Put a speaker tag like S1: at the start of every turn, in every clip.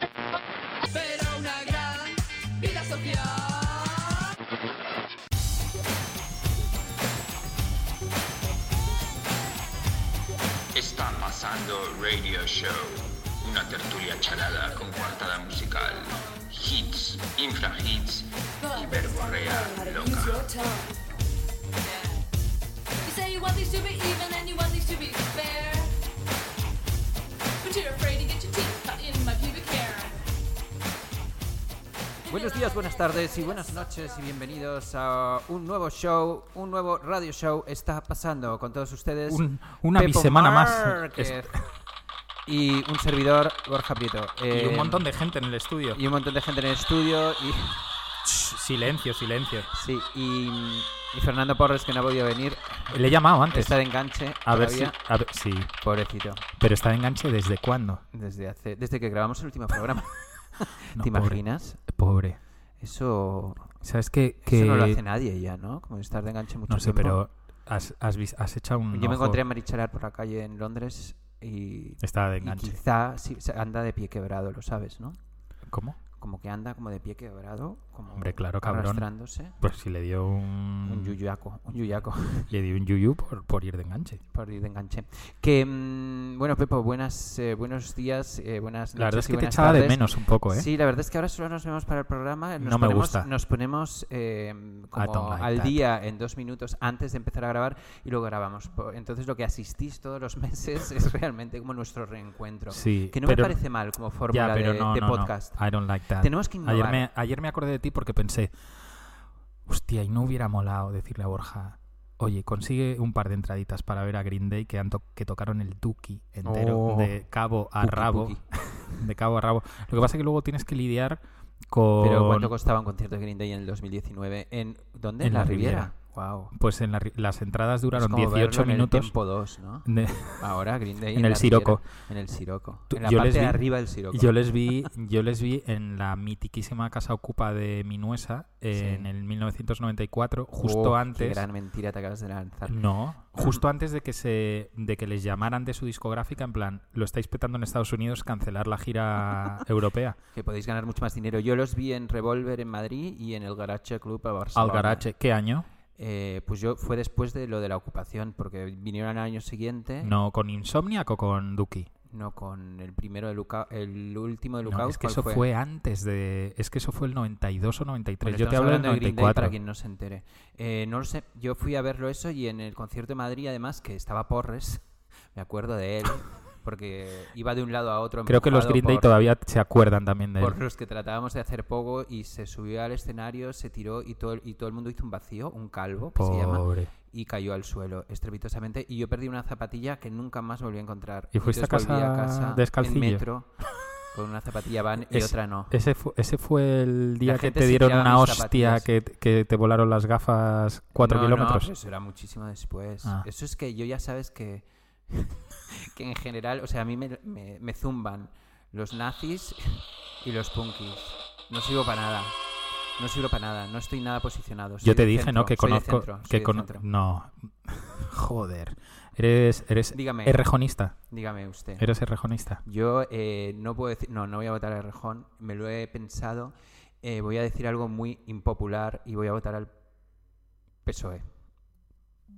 S1: Pero una gran vida social.
S2: Está pasando Radio Show, una tertulia charada con cuartada musical, hits, infrahits y verborrea loca.
S1: You say you want things to be even and you want things to be fair. But you're afraid to get your teeth cut in my pubic hair.
S3: Buenos días, buenas tardes y buenas noches y bienvenidos a un nuevo show, un nuevo radio show está pasando con todos ustedes.
S4: Un- una
S3: Pepo
S4: bisemana más.
S3: Márquez
S4: Est-
S3: Y un servidor, Borja Prieto.
S4: Y
S3: Eh,
S4: un montón de gente en el estudio.
S3: y un montón de gente en el estudio y,
S4: Ch, silencio, silencio.
S3: sí, y, y Fernando Porres que no ha podido venir,
S4: Le he llamado antes.
S3: está de enganche.
S4: A ver si.
S3: todavía.
S4: A ver, sí.
S3: Pobrecito,
S4: Pero está de enganche desde cuándo.
S3: desde, hace, desde que grabamos el último programa.
S4: No,
S3: ¿Te
S4: pobre.
S3: imaginas?
S4: Pobre.
S3: Eso,
S4: ¿Sabes qué? que
S3: eso no lo hace nadie ya, ¿no? Como estar de enganche mucho
S4: No sé,
S3: tiempo.
S4: pero has, has, vis- has echado un.
S3: Yo me
S4: ojo.
S3: encontré a Marichalar por la calle en Londres y,
S4: Está de
S3: y
S4: enganche.
S3: quizá sí, se- anda de pie quebrado, lo sabes, ¿no?
S4: ¿Cómo?
S3: Como que anda como de pie quebrado, como
S4: Hombre, claro, cabrón. Mm.
S3: arrastrándose.
S4: Pues si le dio un.
S3: Un yuyaco, un yuyaco,
S4: Le dio un yuyu por, por ir de enganche.
S3: por ir de enganche. Que, mm, bueno, Pepo, buenas, eh, buenos días, eh, buenas noches.
S4: La verdad es
S3: y
S4: que te
S3: buenas
S4: echaba de
S3: tardes.
S4: menos un poco, ¿eh?
S3: Sí, la verdad es que ahora solo nos vemos para el programa. Nos
S4: No me
S3: ponemos,
S4: gusta.
S3: Nos ponemos eh, como
S4: don't like
S3: al
S4: that.
S3: día en dos minutos antes de empezar a grabar y luego grabamos. Po- Entonces lo que asistís todos los meses es realmente como nuestro reencuentro.
S4: Sí,
S3: que no
S4: pero-
S3: me parece mal como fórmula
S4: Ya, pero
S3: de,
S4: no,
S3: de
S4: no, no.
S3: podcast.
S4: I don't like that.
S3: Tenemos que
S4: Ayer
S3: innovar.
S4: me, ayer me acordé de ti porque pensé, hostia, y no hubiera molado decirle a Borja, oye, consigue un par de entraditas para ver a Green Day que, han to- que tocaron el Duki entero,
S3: Oh.
S4: de cabo a
S3: Puki,
S4: rabo.
S3: puki.
S4: De cabo a rabo. Lo que pasa es que luego tienes que lidiar con...
S3: Pero ¿cuánto costaba un concierto de Green Day en el 2019? ¿En dónde?
S4: En
S3: la
S4: la
S3: Riviera. Wow.
S4: Pues en la ri- las entradas duraron 18
S3: En el
S4: minutos.
S3: tiempo 2, ¿no?
S4: De-
S3: Ahora Green Day
S4: En
S3: la
S4: el Siroco.
S3: Riviera. En el Siroco.
S4: Tú-
S3: en la
S4: yo
S3: parte
S4: les
S3: de
S4: vi-
S3: arriba del Siroco.
S4: Yo les vi, yo les vi en la mitiquísima casa ocupa de Minuesa eh,
S3: Sí.
S4: en el 1994,
S3: Oh,
S4: justo
S3: qué
S4: antes.
S3: gran mentira te acabas de lanzar.
S4: No, justo antes de que se de que les llamaran de su discográfica en plan, lo estáis petando en Estados Unidos, cancelar la gira europea.
S3: Que podéis ganar mucho más dinero. Yo los vi en Revolver en Madrid y en el Garache Club a
S4: Al
S3: Barcelona.
S4: Garache, ¿qué año?
S3: Eh, pues yo fue después de lo de la ocupación, porque vinieron al año siguiente.
S4: No, con Insomniac o con Duki.
S3: No, con el primero de Luca, el último de
S4: No,
S3: Lucas.
S4: es que eso fue? antes de es que eso fue el 92 o 93.
S3: Bueno,
S4: Yo te
S3: estamos
S4: hablo del
S3: hablando de Green Day,
S4: 94.
S3: para quien no se entere. Eh, no lo sé, yo fui a verlo eso y en el concierto de Madrid, además, que estaba Porres, me acuerdo de él, porque iba de un lado a otro.
S4: Creo que los
S3: empujado
S4: Green Day
S3: por-
S4: todavía se acuerdan también de él.
S3: por los que tratábamos de hacer poco y se subió al escenario, se tiró y todo, el- y todo el mundo hizo un vacío, un calvo, que se llama,
S4: Pobre.
S3: y cayó al suelo estrepitosamente. Y yo perdí una zapatilla que nunca más volví a encontrar.
S4: ¿Y fuiste a
S3: Entonces volví
S4: casa descalcillo?
S3: En metro, con una zapatilla van y
S4: Es-
S3: otra no.
S4: Ese fue, ese fue el día que
S3: gente
S4: te
S3: se
S4: dieron
S3: tiraba
S4: una
S3: mis
S4: hostia
S3: zapatillas.
S4: que, que te volaron las gafas 4
S3: No, no,
S4: kilómetros.
S3: pero eso era muchísimo después.
S4: Ah.
S3: Eso es que yo ya sabes que, que en general, o sea, a mí me, me- me zumban los nazis y los punkis. No sirvo para nada. No sirvo para nada. No estoy nada posicionado. Soy
S4: Pues Yo te
S3: de
S4: dije,
S3: centro,
S4: ¿no? Que
S3: soy de
S4: conozco.
S3: centro, soy
S4: que
S3: de
S4: cono-
S3: centro.
S4: No. Joder. Eres. Eres.
S3: Dígame.
S4: Errejonista.
S3: Dígame usted.
S4: Eres errejonista.
S3: Yo eh, no puedo decir, no, no voy a votar a Rejón, me lo he pensado, eh, voy a decir algo muy impopular y voy a votar al PSOE. E.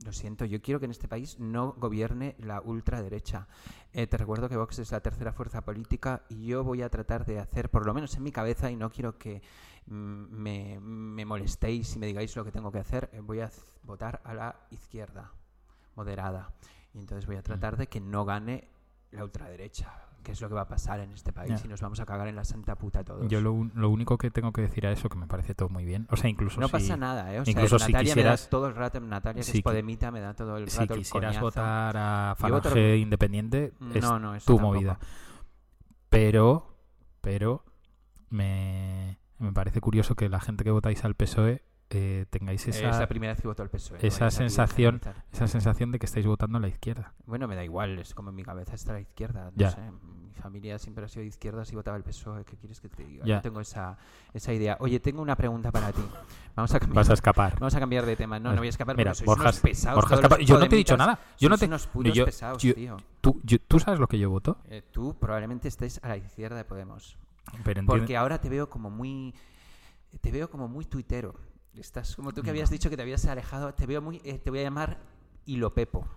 S3: Lo siento, yo quiero que en este país no gobierne la ultraderecha. Eh, te recuerdo que Vox es la tercera fuerza política y yo voy a tratar de hacer, por lo menos en mi cabeza, y no quiero que mm, me, me molestéis y me digáis lo que tengo que hacer, eh, voy a z- votar a la izquierda moderada. Y entonces voy a tratar de que no gane la ultraderecha, que es lo que va a pasar en este país
S4: Ya.
S3: y nos vamos a cagar en la santa puta todos.
S4: Yo lo, un- lo único que tengo que decir a eso, que me parece todo muy bien. O sea, incluso
S3: no
S4: si,
S3: pasa nada, ¿eh? O sea,
S4: Pues incluso si
S3: Natalia me
S4: quisieras-
S3: da todo el rato, Natalia, que
S4: si
S3: es
S4: qui-
S3: podemita, me da todo el
S4: si
S3: rato el
S4: quisieras
S3: coñazo.
S4: votar a
S3: Yo voto-
S4: Falange Independiente, es
S3: No, no, eso
S4: tu
S3: tampoco.
S4: movida. Pero. Pero. Me, me parece curioso que la gente que votáis al PSOE eh, tengáis
S3: Eh, es
S4: esa,
S3: la primera vez que voto al PSOE. no
S4: esa
S3: vayas a
S4: sensación-
S3: generalizar.
S4: esa sensación de que estáis votando a la izquierda.
S3: Bueno, me da igual, es como en mi cabeza está a la izquierda. No
S4: Ya.
S3: sé. mi familia siempre ha sido de izquierdas y votaba el PSOE. E, ¿Qué quieres que te diga?
S4: Ya.
S3: No tengo esa, esa idea. Oye, tengo una pregunta para ti. Vamos a cambiar.
S4: Vas a escapar.
S3: Vamos a cambiar de tema. No, no voy a escapar
S4: Mira,
S3: porque sois
S4: Borja
S3: unos
S4: es-
S3: pesados.
S4: Borja es
S3: todos los
S4: capaz- Yo no te he dicho
S3: podemitas.
S4: nada. Yo no
S3: Sois
S4: te.
S3: unos putos
S4: yo-
S3: pesados,
S4: yo-
S3: tío.
S4: Tú, yo- tú sabes lo que yo voto.
S3: Eh, tú probablemente estés a la izquierda de Podemos.
S4: Pero entiende-
S3: Porque ahora te veo como muy. Te veo como muy tuitero. Estás como tú que habías dicho que te habías alejado. Te veo muy. eh, te voy a llamar Hilo Pepo.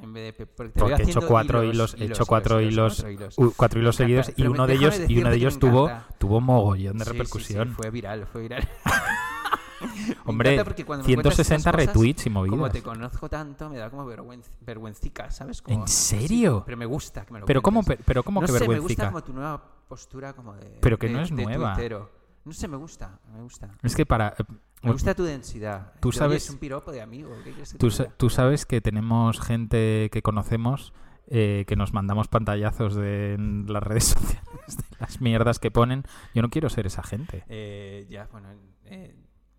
S3: En vez de Pe- porque te veo
S4: Porque he hecho
S3: haciendo
S4: cuatro hilos, he hecho cuatro hilos,
S3: cuatro hilos.
S4: u- cuatro hilos
S3: Me encanta.
S4: seguidos y
S3: Pero
S4: uno de
S3: déjame
S4: ellos y uno
S3: decirte
S4: de
S3: que
S4: ellos
S3: me
S4: tuvo
S3: encanta.
S4: tuvo mogollón
S3: Sí, sí,
S4: de
S3: sí,
S4: repercusión.
S3: fue viral, fue viral. Me
S4: Hombre,
S3: encanta porque cuando me encuentras
S4: 160
S3: estas cosas,
S4: retweets y movidas.
S3: Como te conozco tanto, me da como vergüenza, vergüencica, ¿sabes? Como-
S4: ¿En serio?
S3: sí, pero me gusta que me lo
S4: Pero cómo
S3: cuentes.
S4: pe- pero cómo
S3: no
S4: que
S3: sé, me
S4: vergüencica.
S3: gusta como tu nueva postura como de
S4: Pero que no
S3: de-
S4: es
S3: de
S4: nueva.
S3: tuitero. No sé, me gusta, me gusta.
S4: Es que para eh,
S3: Me gusta tu densidad.
S4: Tú
S3: Oye,
S4: sabes-
S3: Es un piropo de amigo. ¿qué quieres que
S4: tú,
S3: te
S4: sa-
S3: diga?
S4: tú sabes que tenemos gente que conocemos eh, que nos mandamos pantallazos de en las redes sociales de las mierdas que ponen. Yo no quiero ser esa gente.
S3: Eh, ya, bueno. eh,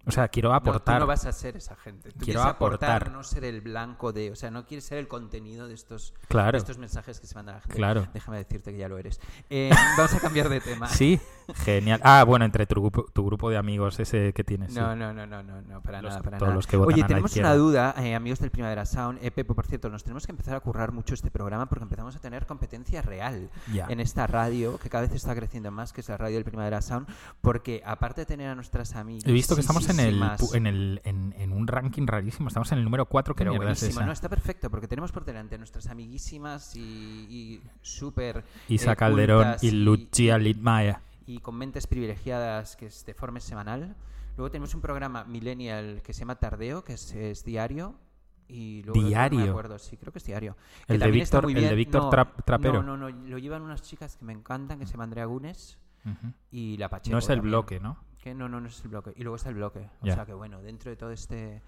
S4: O sea, quiero
S3: no, tú
S4: aportar.
S3: no vas a ser esa gente. Tú
S4: Quiero
S3: quieres aportar,
S4: aportar.
S3: no ser el blanco de. O sea, no quieres ser el contenido de estos,
S4: Claro.
S3: de estos mensajes que se mandan a la gente.
S4: Claro.
S3: Déjame decirte que ya lo eres. Eh, vamos a cambiar de tema.
S4: Sí, genial. Ah, bueno, entre tu grupo, tu grupo de amigos ese que tienes. sí.
S3: No, no, no, no, no, no, para
S4: Los-
S3: nada, para
S4: todos
S3: nada.
S4: los que votan a
S3: Oye,
S4: la
S3: tenemos
S4: izquierda.
S3: una duda, eh, amigos del Primavera Sound. Eh, Pepo, por cierto, nos tenemos que empezar a currar mucho este programa porque empezamos a tener competencia real
S4: Ya.
S3: en esta radio que cada vez está creciendo más, que es la radio del Primavera Sound, porque aparte de tener a nuestras amigas...
S4: He visto que estamos en el, pu- en el en, en un ranking rarísimo. Estamos en el número 4. ¿Qué
S3: Pero
S4: mierda es
S3: buenísimo,
S4: esa?
S3: no, está perfecto, porque tenemos por delante a nuestras amiguísimas y, y súper...
S4: Isa
S3: eh,
S4: Calderón
S3: cultas
S4: y Lucia Litmaya.
S3: y con mentes privilegiadas que es de forma semanal. Luego tenemos un programa millennial que se llama Tardeo, que es, es diario. Y luego el otro no
S4: Diario.
S3: me acuerdo, sí, creo que es diario.
S4: El
S3: Que
S4: de
S3: también está
S4: Víctor-
S3: muy
S4: el
S3: bien.
S4: de Víctor
S3: No,
S4: Trap- Trapero.
S3: No, no, no, lo llevan unas chicas que me encantan, que se llaman Andrea Gunes
S4: Ujú.
S3: y La Pacheco.
S4: No es el
S3: también.
S4: bloque, ¿no?
S3: Que no, no, no es el bloque. Y luego está el bloque. O
S4: Ya.
S3: sea que bueno, dentro de todo este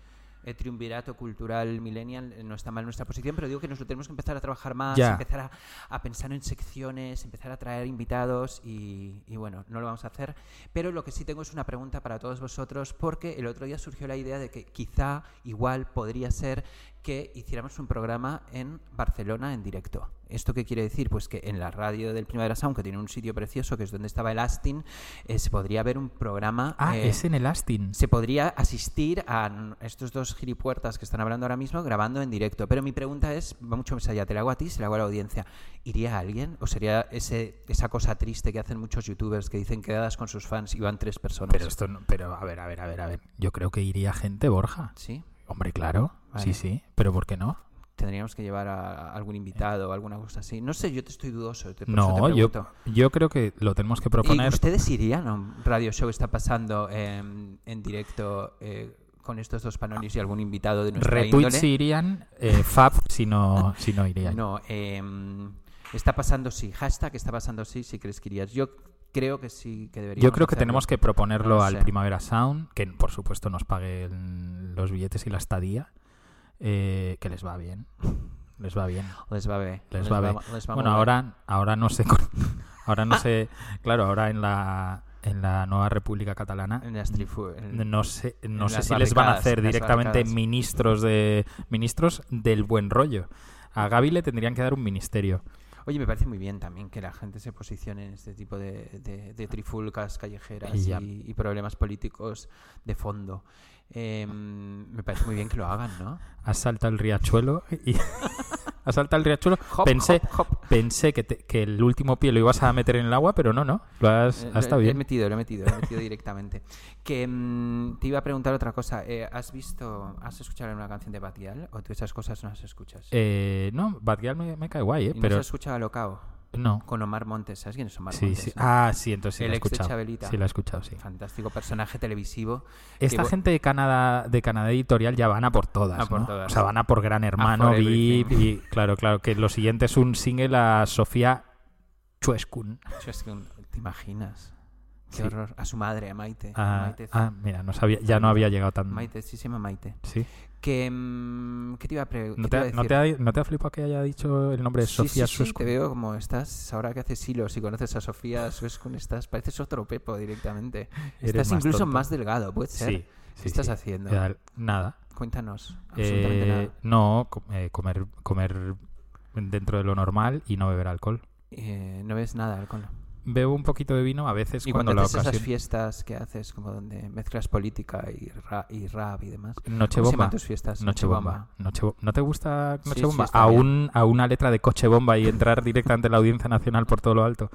S3: eh, triunvirato cultural millennial eh, no está mal nuestra posición, pero digo que nos lo tenemos que empezar a trabajar más,
S4: Ya.
S3: empezar a, a pensar en secciones, empezar a traer invitados y, y bueno, no lo vamos a hacer. Pero lo que sí tengo es una pregunta para todos vosotros, porque el otro día surgió la idea de que quizá igual podría ser que hiciéramos un programa en Barcelona en directo. ¿Esto qué quiere decir? Pues que en la radio del Primavera Sound, que tiene un sitio precioso, que es donde estaba el Astin, eh, se podría ver un programa...
S4: Ah,
S3: eh,
S4: es en el Astin.
S3: se podría asistir a n- estos dos gilipuertas que están hablando ahora mismo grabando en directo. Pero mi pregunta es, va mucho más allá, te la hago a ti, se la hago a la audiencia. ¿Iría alguien? ¿O sería ese, esa cosa triste que hacen muchos youtubers que dicen quedadas con sus fans y van tres personas?
S4: Pero esto no- pero a ver, a ver, a ver, a ver. Yo creo que iría gente, Borja.
S3: Sí,
S4: Hombre, claro.
S3: Vale. Pues
S4: Sí, sí. Pero ¿por qué no?
S3: tendríamos que llevar a a algún invitado o alguna cosa así. No sé, yo te estoy dudoso. te- por eso
S4: No,
S3: te
S4: yo,
S3: pregunto.
S4: yo creo que lo tenemos que
S3: ¿Y
S4: proponer.
S3: ustedes irían a un radio show está pasando eh, en directo eh, con estos dos panonis y algún invitado de nuestra índole?
S4: Retweets si irían, eh, Fab si no, si no irían.
S3: No, em, está pasando sí. Hashtag está pasando sí, si crees que irías. Yo creo que sí que deberíamos
S4: Yo creo que
S3: hacerlo.
S4: tenemos que proponerlo
S3: No lo
S4: al
S3: sé.
S4: Primavera Sound, que por supuesto nos paguen los billetes y la estadía, eh, que les va bien. Les va bien.
S3: Les va a ver.
S4: Les va bien.
S3: les va
S4: Bueno,
S3: muy bien.
S4: ahora, ahora no sé. con- Ahora no sé. Claro, ahora en la, en la nueva República Catalana.
S3: En las trifu- en-
S4: No sé, no
S3: en
S4: sé
S3: las
S4: si les van a
S3: barricadas,
S4: hacer
S3: en las
S4: directamente
S3: barricadas.
S4: ministros de ministros del buen rollo. A Gaby le tendrían que dar un ministerio.
S3: Oye, me parece muy bien también que la gente se posicione en este tipo de, de- de trifulcas callejeras
S4: Y
S3: y,
S4: ya.
S3: y problemas políticos de fondo. Em, me parece muy bien que lo hagan, ¿no?
S4: Asalta el riachuelo y asalta el riachuelo.
S3: Hop,
S4: pensé,
S3: hop, hop.
S4: pensé que, te- que el último pie lo ibas a meter en el agua, pero no, no. Lo has,
S3: Eh,
S4: has
S3: lo- Lo
S4: estado
S3: he
S4: Ah, bien.
S3: metido, lo he metido, lo he metido directamente. Que mm, te iba a preguntar otra cosa. Eh, ¿Has visto, has escuchado alguna canción de Batial o tú esas cosas no las escuchas?
S4: Eh, no, Batgirl me, me cae guay, eh,
S3: ¿Y no
S4: pero
S3: has escuchado a Locao?
S4: no.
S3: Con Omar Montes, ¿sabes quién es Omar
S4: Sí,
S3: Montes?
S4: sí.
S3: no?
S4: Ah, sí, entonces sí
S3: El
S4: la he
S3: ex de
S4: escuchado.
S3: Chabelita.
S4: Sí, la he escuchado, sí.
S3: Fantástico personaje televisivo. que
S4: Esta
S3: bu-
S4: gente de Canadá, de Canadá Editorial ya van a por todas.
S3: A por
S4: ¿no?
S3: todas.
S4: O sea, van a por Gran Hermano,
S3: A por
S4: VIP.
S3: everything.
S4: Y, claro, claro, que lo siguiente es un single a Sofía Chueskun.
S3: Es que un- ¿Te imaginas? Qué
S4: Sí.
S3: horror. A su madre, a Maite. a
S4: Ah,
S3: Maite,
S4: ah, mira, no sabía, ya no había llegado tan.
S3: Maite, sí se llama Maite.
S4: Sí.
S3: Que, mm, ¿Qué te iba a preguntar?
S4: ¿No te, ha- no te ha, no te ha flipado que haya dicho el nombre de
S3: Sí,
S4: Sofía
S3: sí, sí, te
S4: Chueskun?
S3: veo como estás, ahora que haces hilos y conoces a Sofía Suescun, estás, pareces otro Pepo directamente.
S4: Eres
S3: Estás
S4: más
S3: incluso
S4: tonto.
S3: más delgado, puede ser.
S4: Sí, sí,
S3: ¿Qué estás
S4: sí.
S3: haciendo?
S4: Eh, Nada.
S3: Cuéntanos, absolutamente
S4: Eh,
S3: nada.
S4: No, co- eh, comer, comer dentro de lo normal y no beber alcohol.
S3: eh, no ves nada de alcohol.
S4: Bebo un poquito de vino a veces
S3: Y
S4: cuando,
S3: cuando,
S4: la
S3: haces
S4: ocasión.
S3: esas fiestas que haces, como donde mezclas política y, ra- y rap y demás. ¿Cómo se
S4: Nochebomba.
S3: llaman tus fiestas?
S4: Nochebomba. Nochebo- ¿No te gusta
S3: Sí,
S4: Nochebomba?
S3: sí, está
S4: a,
S3: bien.
S4: un- a una letra de coche bomba y entrar directamente en la audiencia nacional por todo lo alto.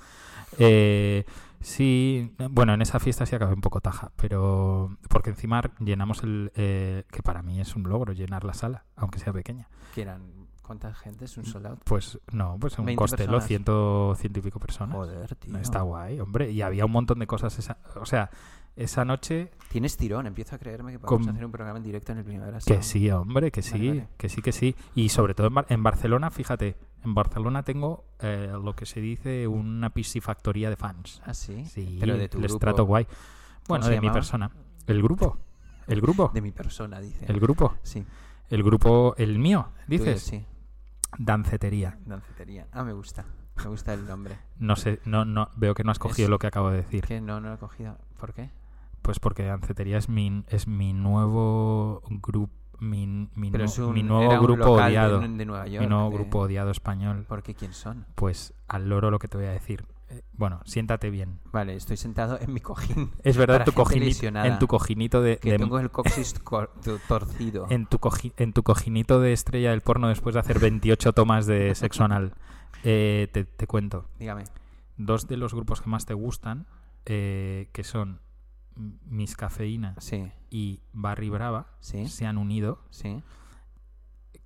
S4: Eh, sí, bueno, en esa fiesta sí acabé un poco taja, pero porque encima llenamos el... eh, que para mí es un logro llenar la sala, aunque sea pequeña.
S3: Que eran, ¿cuántas gentes? ¿Un soldado?
S4: Pues no, pues un
S3: 20
S4: costelo,
S3: personas.
S4: ciento, ciento y pico personas.
S3: Joder, tío.
S4: Está guay, hombre. Y había un montón de cosas. Esa, o sea, esa noche
S3: Tienes tirón. Empiezo a creerme que podemos
S4: Con-
S3: hacer un programa en directo en el Primavera
S4: Que
S3: Sound.
S4: sí, hombre, que sí,
S3: vale.
S4: que sí, que sí. Y sobre todo en, Bar- en Barcelona, fíjate, en Barcelona tengo eh, lo que se dice una piscifactoría de fans.
S3: Ah, sí.
S4: Sí,
S3: Pero de tu
S4: les
S3: grupo,
S4: trato guay. Bueno,
S3: se
S4: de mi
S3: llamaba?
S4: persona. El grupo. El grupo.
S3: De mi persona, dice.
S4: El grupo.
S3: Sí.
S4: El grupo, el mío,
S3: tuyo,
S4: dices.
S3: Sí.
S4: Dancetería.
S3: Dancetería. Ah, me gusta. Me gusta el nombre.
S4: No sé, no, no, veo que no has cogido
S3: Es-
S4: lo que acabo de decir.
S3: Que no, no lo he cogido. ¿Por qué?
S4: Pues porque Dancetería es mi, es mi nuevo grupo. Mi, mi
S3: Pero
S4: nu-
S3: es un-
S4: mi nuevo
S3: era un
S4: grupo
S3: local de-
S4: odiado.
S3: de Nueva
S4: mi
S3: York, eh.
S4: nuevo
S3: de-
S4: grupo odiado español.
S3: ¿Por qué quién son?
S4: Pues al loro lo que te voy a decir. Eh, Bueno, siéntate bien.
S3: Vale, estoy sentado en mi cojín.
S4: Es verdad,
S3: Para
S4: tu
S3: gente
S4: cojinito,
S3: lesionada,
S4: en tu cojinito de,
S3: Que
S4: de-
S3: tengo el coxis cor- to- torcido.
S4: en tu coji- en tu cojinito de estrella del porno después de hacer 28 tomas de sexo anal. Eh, te, te cuento.
S3: Dígame.
S4: Dos de los grupos que más te gustan, eh, que son M- Mis Cafeína
S3: Sí,
S4: y Barry Brava,
S3: Sí.
S4: se han unido
S3: sí.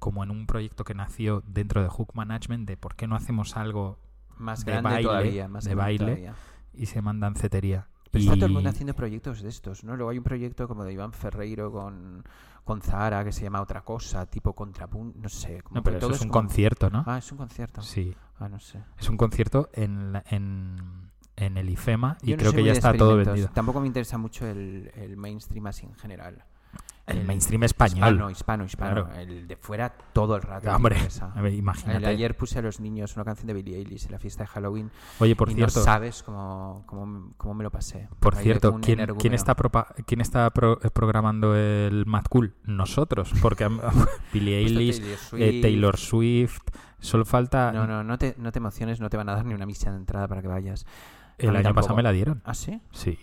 S4: como en un proyecto que nació dentro de Hook Management de por qué no hacemos algo
S3: Más
S4: De
S3: grande
S4: baile,
S3: todavía. Más
S4: de
S3: grande
S4: baile.
S3: todavía.
S4: y se mandan cetería.
S3: Pero está
S4: Y-
S3: todo el mundo haciendo proyectos de estos, ¿no? Luego hay un proyecto como de Iván Ferreiro con, con Zahara que se llama Otra Cosa, tipo Contrapunto, no sé. Como
S4: No,
S3: que
S4: pero eso
S3: todo
S4: es un
S3: como-
S4: concierto, ¿no?
S3: Ah, es un concierto.
S4: Sí.
S3: Ah, no sé.
S4: Es un concierto en, la- en, en el IFEMA y
S3: Yo no
S4: creo
S3: soy
S4: que
S3: muy
S4: ya
S3: de
S4: está todo
S3: experimentos.
S4: vendido.
S3: Tampoco me interesa mucho el, el mainstream así en general.
S4: El mainstream español.
S3: Hispano, hispano, hispano.
S4: Claro.
S3: El de fuera todo el rato. me
S4: Hombre,
S3: interesa.
S4: a ver, imagínate.
S3: El de ayer puse a los niños una canción de Billie Eilish en la fiesta de Halloween.
S4: Oye, por
S3: y
S4: cierto,
S3: no sabes cómo, cómo, cómo me lo pasé.
S4: por
S3: Bailé como
S4: cierto,
S3: un
S4: ¿quién,
S3: energúmeno.
S4: quién está, propa- quién está pro- eh, programando el Mad Cool? Nosotros, porque am- Billie
S3: Justo
S4: Eilish,
S3: Pues Taylor
S4: eh,
S3: Swift.
S4: Taylor Swift, solo falta...
S3: No, no, no te, no te emociones, no te van a dar ni una misa de entrada para que vayas.
S4: el
S3: A mí
S4: año
S3: tampoco.
S4: pasado me la dieron.
S3: ¿Ah, sí?
S4: Sí,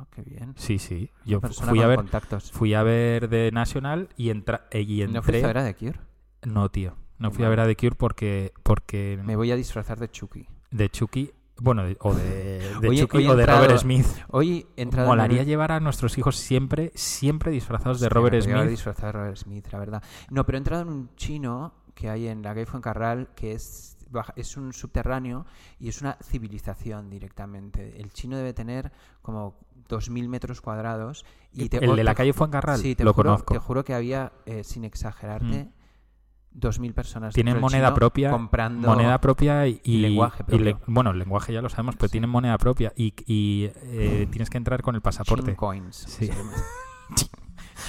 S3: Ah, qué bien.
S4: sí, sí. Yo fu-
S3: Persona
S4: fui a
S3: con
S4: ver...
S3: contactos.
S4: Fui a ver The National y, entra eh, y entré...
S3: ¿No fuiste a ver a The Cure?
S4: No, tío. No
S3: Qué
S4: fui a ver
S3: mal.
S4: a The Cure porque, porque
S3: Me voy a disfrazar de Chucky.
S4: de Chucky, bueno, de- o de, de
S3: Hoy he-
S4: Chucky
S3: hoy he
S4: o de
S3: entrado-
S4: Robert Smith.
S3: Hoy he entrado... en
S4: Molaría
S3: un-
S4: llevar a nuestros hijos siempre, siempre disfrazados de
S3: Hostia,
S4: Robert
S3: me podía haber
S4: Smith.
S3: disfrazado de Robert Smith, la verdad. No, pero he entrado en un chino que hay en la Gay Fuencarral, que es, baja- es un subterráneo y es una civilización directamente. El chino debe tener como 2.000 metros cuadrados. Y te-
S4: el
S3: o-
S4: de la
S3: te-
S4: calle Fuencarral,
S3: Sí, te
S4: lo
S3: juro,
S4: conozco.
S3: Te juro que había, eh, sin exagerarte, 2.000 personas.
S4: tienen
S3: dentro del
S4: moneda
S3: chino
S4: propia,
S3: comprando
S4: moneda propia y, y-
S3: lenguaje
S4: y le-
S3: propio.
S4: bueno, el lenguaje ya lo sabemos, pero tienen moneda propia y, y, eh,
S3: Mm.
S4: tienes que entrar con el pasaporte.
S3: chin coins. se
S4: Sí.
S3: llama.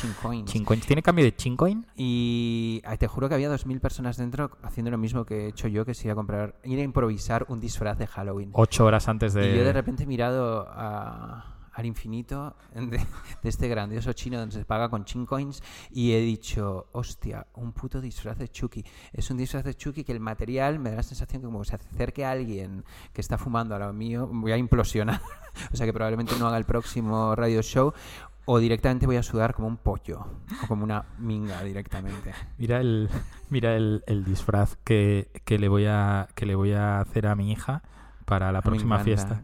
S3: Chin coins.
S4: Chincoin. ¿Tiene cambio de chincoin?
S3: Y ay, te juro que había 2.000 personas dentro haciendo lo mismo que he hecho yo, que es ir a comprar, ir a improvisar un disfraz de Halloween.
S4: Ocho horas antes de.
S3: Y yo de repente he mirado a- al infinito de, de este grandioso chino donde se paga con chin coins y he dicho, hostia, un puto disfraz de Chucky. Es un disfraz de Chucky que el material me da la sensación que como se acerque a alguien que está fumando a lo mío, voy a implosionar. o sea que probablemente no haga el próximo radio show. O directamente voy a sudar como un pollo, o como una minga directamente.
S4: Mira el, mira el, el disfraz que, que le voy a, que le voy a hacer a mi hija para la
S3: Ah, Me
S4: próxima
S3: encanta.
S4: fiesta.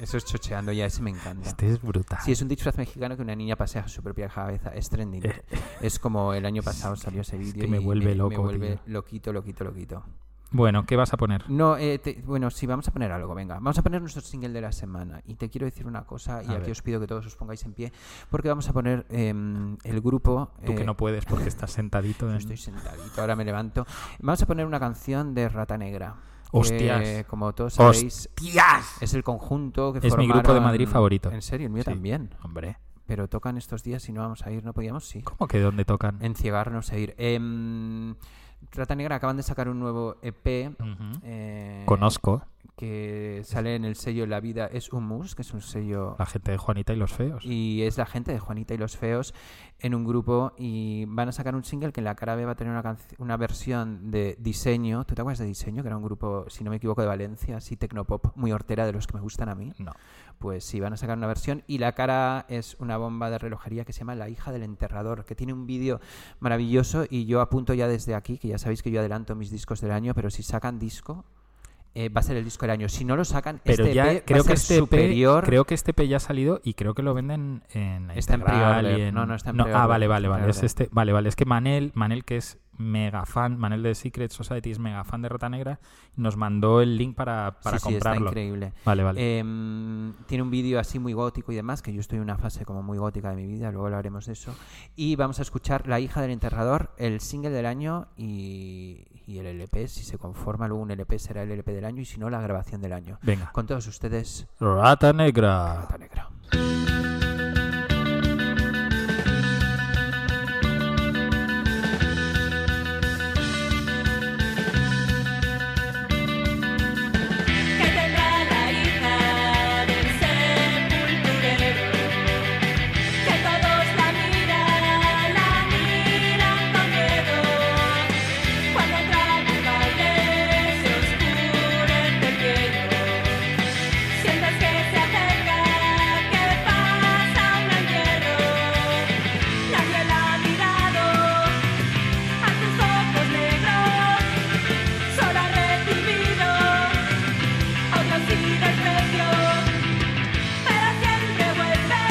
S3: Eso es chocheando ya, ese me encanta.
S4: Este es brutal.
S3: Si es un disfraz mexicano que una niña pasea su propia cabeza, es trending. es como el año pasado salió ese vídeo
S4: Eh, que
S3: y
S4: me vuelve loco,
S3: vuelve
S4: tío.
S3: loquito, loquito, loquito.
S4: Bueno, ¿qué vas a poner?
S3: No, eh, te- bueno, sí, vamos a poner algo, venga. Vamos a poner nuestro single de la semana. Y te quiero decir una cosa, y
S4: A
S3: aquí
S4: ver.
S3: os pido que todos os pongáis en pie, porque vamos a poner em, el grupo...
S4: Tú que
S3: eh,
S4: no puedes porque estás sentadito
S3: yo
S4: en...
S3: estoy sentadito, ahora me levanto. Vamos a poner una canción de Rata Negra. que,
S4: Hostias.
S3: como todos sabéis,
S4: ¡Hostias!
S3: es el conjunto que
S4: Es mi grupo de
S3: formaron-
S4: Madrid favorito.
S3: En serio, el mío
S4: Sí.
S3: también.
S4: Hombre,
S3: Pero tocan estos días y no vamos a ir, no podíamos, sí.
S4: ¿cómo que dónde tocan?
S3: Enciegarnos e ir. Em, Rata Negra acaban de sacar un nuevo EP.
S4: Ujú.
S3: eh,
S4: Conozco.
S3: que sale en el sello La vida es un mus, que es un sello
S4: La gente de Juanita y los feos.
S3: y es la gente de Juanita y los Feos en un grupo y van a sacar un single que en la cara B va a tener una, canc- una versión de diseño. ¿Tú te acuerdas de diseño? Que era un grupo, si no me equivoco, de Valencia, así tecnopop, muy hortera de los que me gustan a mí.
S4: No.
S3: Pues sí, van a sacar una versión y la cara es una bomba de relojería que se llama La hija del enterrador, que tiene un vídeo maravilloso y yo apunto ya desde aquí, que ya sabéis que yo adelanto mis discos del año, pero si sacan disco... eh, va a ser el disco del año. Si no lo sacan,
S4: Pero
S3: este
S4: ya
S3: EP va a
S4: creo
S3: ser
S4: que este EP,
S3: superior.
S4: creo que este EP ya ha salido y creo que lo venden en la
S3: Está en
S4: Integral
S3: pre-order.
S4: y en-
S3: No, no está en
S4: Ah,
S3: pre-order,
S4: vale,
S3: está
S4: vale,
S3: en
S4: vale. Es
S3: pre-order.
S4: este, vale, vale. Es que Manel, Manel que es mega fan, Manel de Secret Society es mega fan de Rata Negra, nos mandó el link para, para
S3: Sí, sí, está
S4: comprarlo.
S3: increíble.
S4: Vale, vale.
S3: Em, tiene un vídeo así muy gótico y demás, que yo estoy en una fase como muy gótica de mi vida, luego hablaremos de eso. Y vamos a escuchar La hija del enterrador, el single del año y, y el LP, si se conforma luego un LP será el LP del año y si no la grabación del año.
S4: Venga.
S3: Con todos ustedes,
S4: Rata Negra.
S3: Rata Negra.
S1: Que tendrá la hija del sepulturero, que todos la miran, la miran con miedo. Cuando traga el valle se oscurece el cielo. Sientes que se acerca, que pasa un entierro. Nadie la ha mirado, a tus ojos negros, solo ha recibido Audios y desprecio, pero siempre vuelve,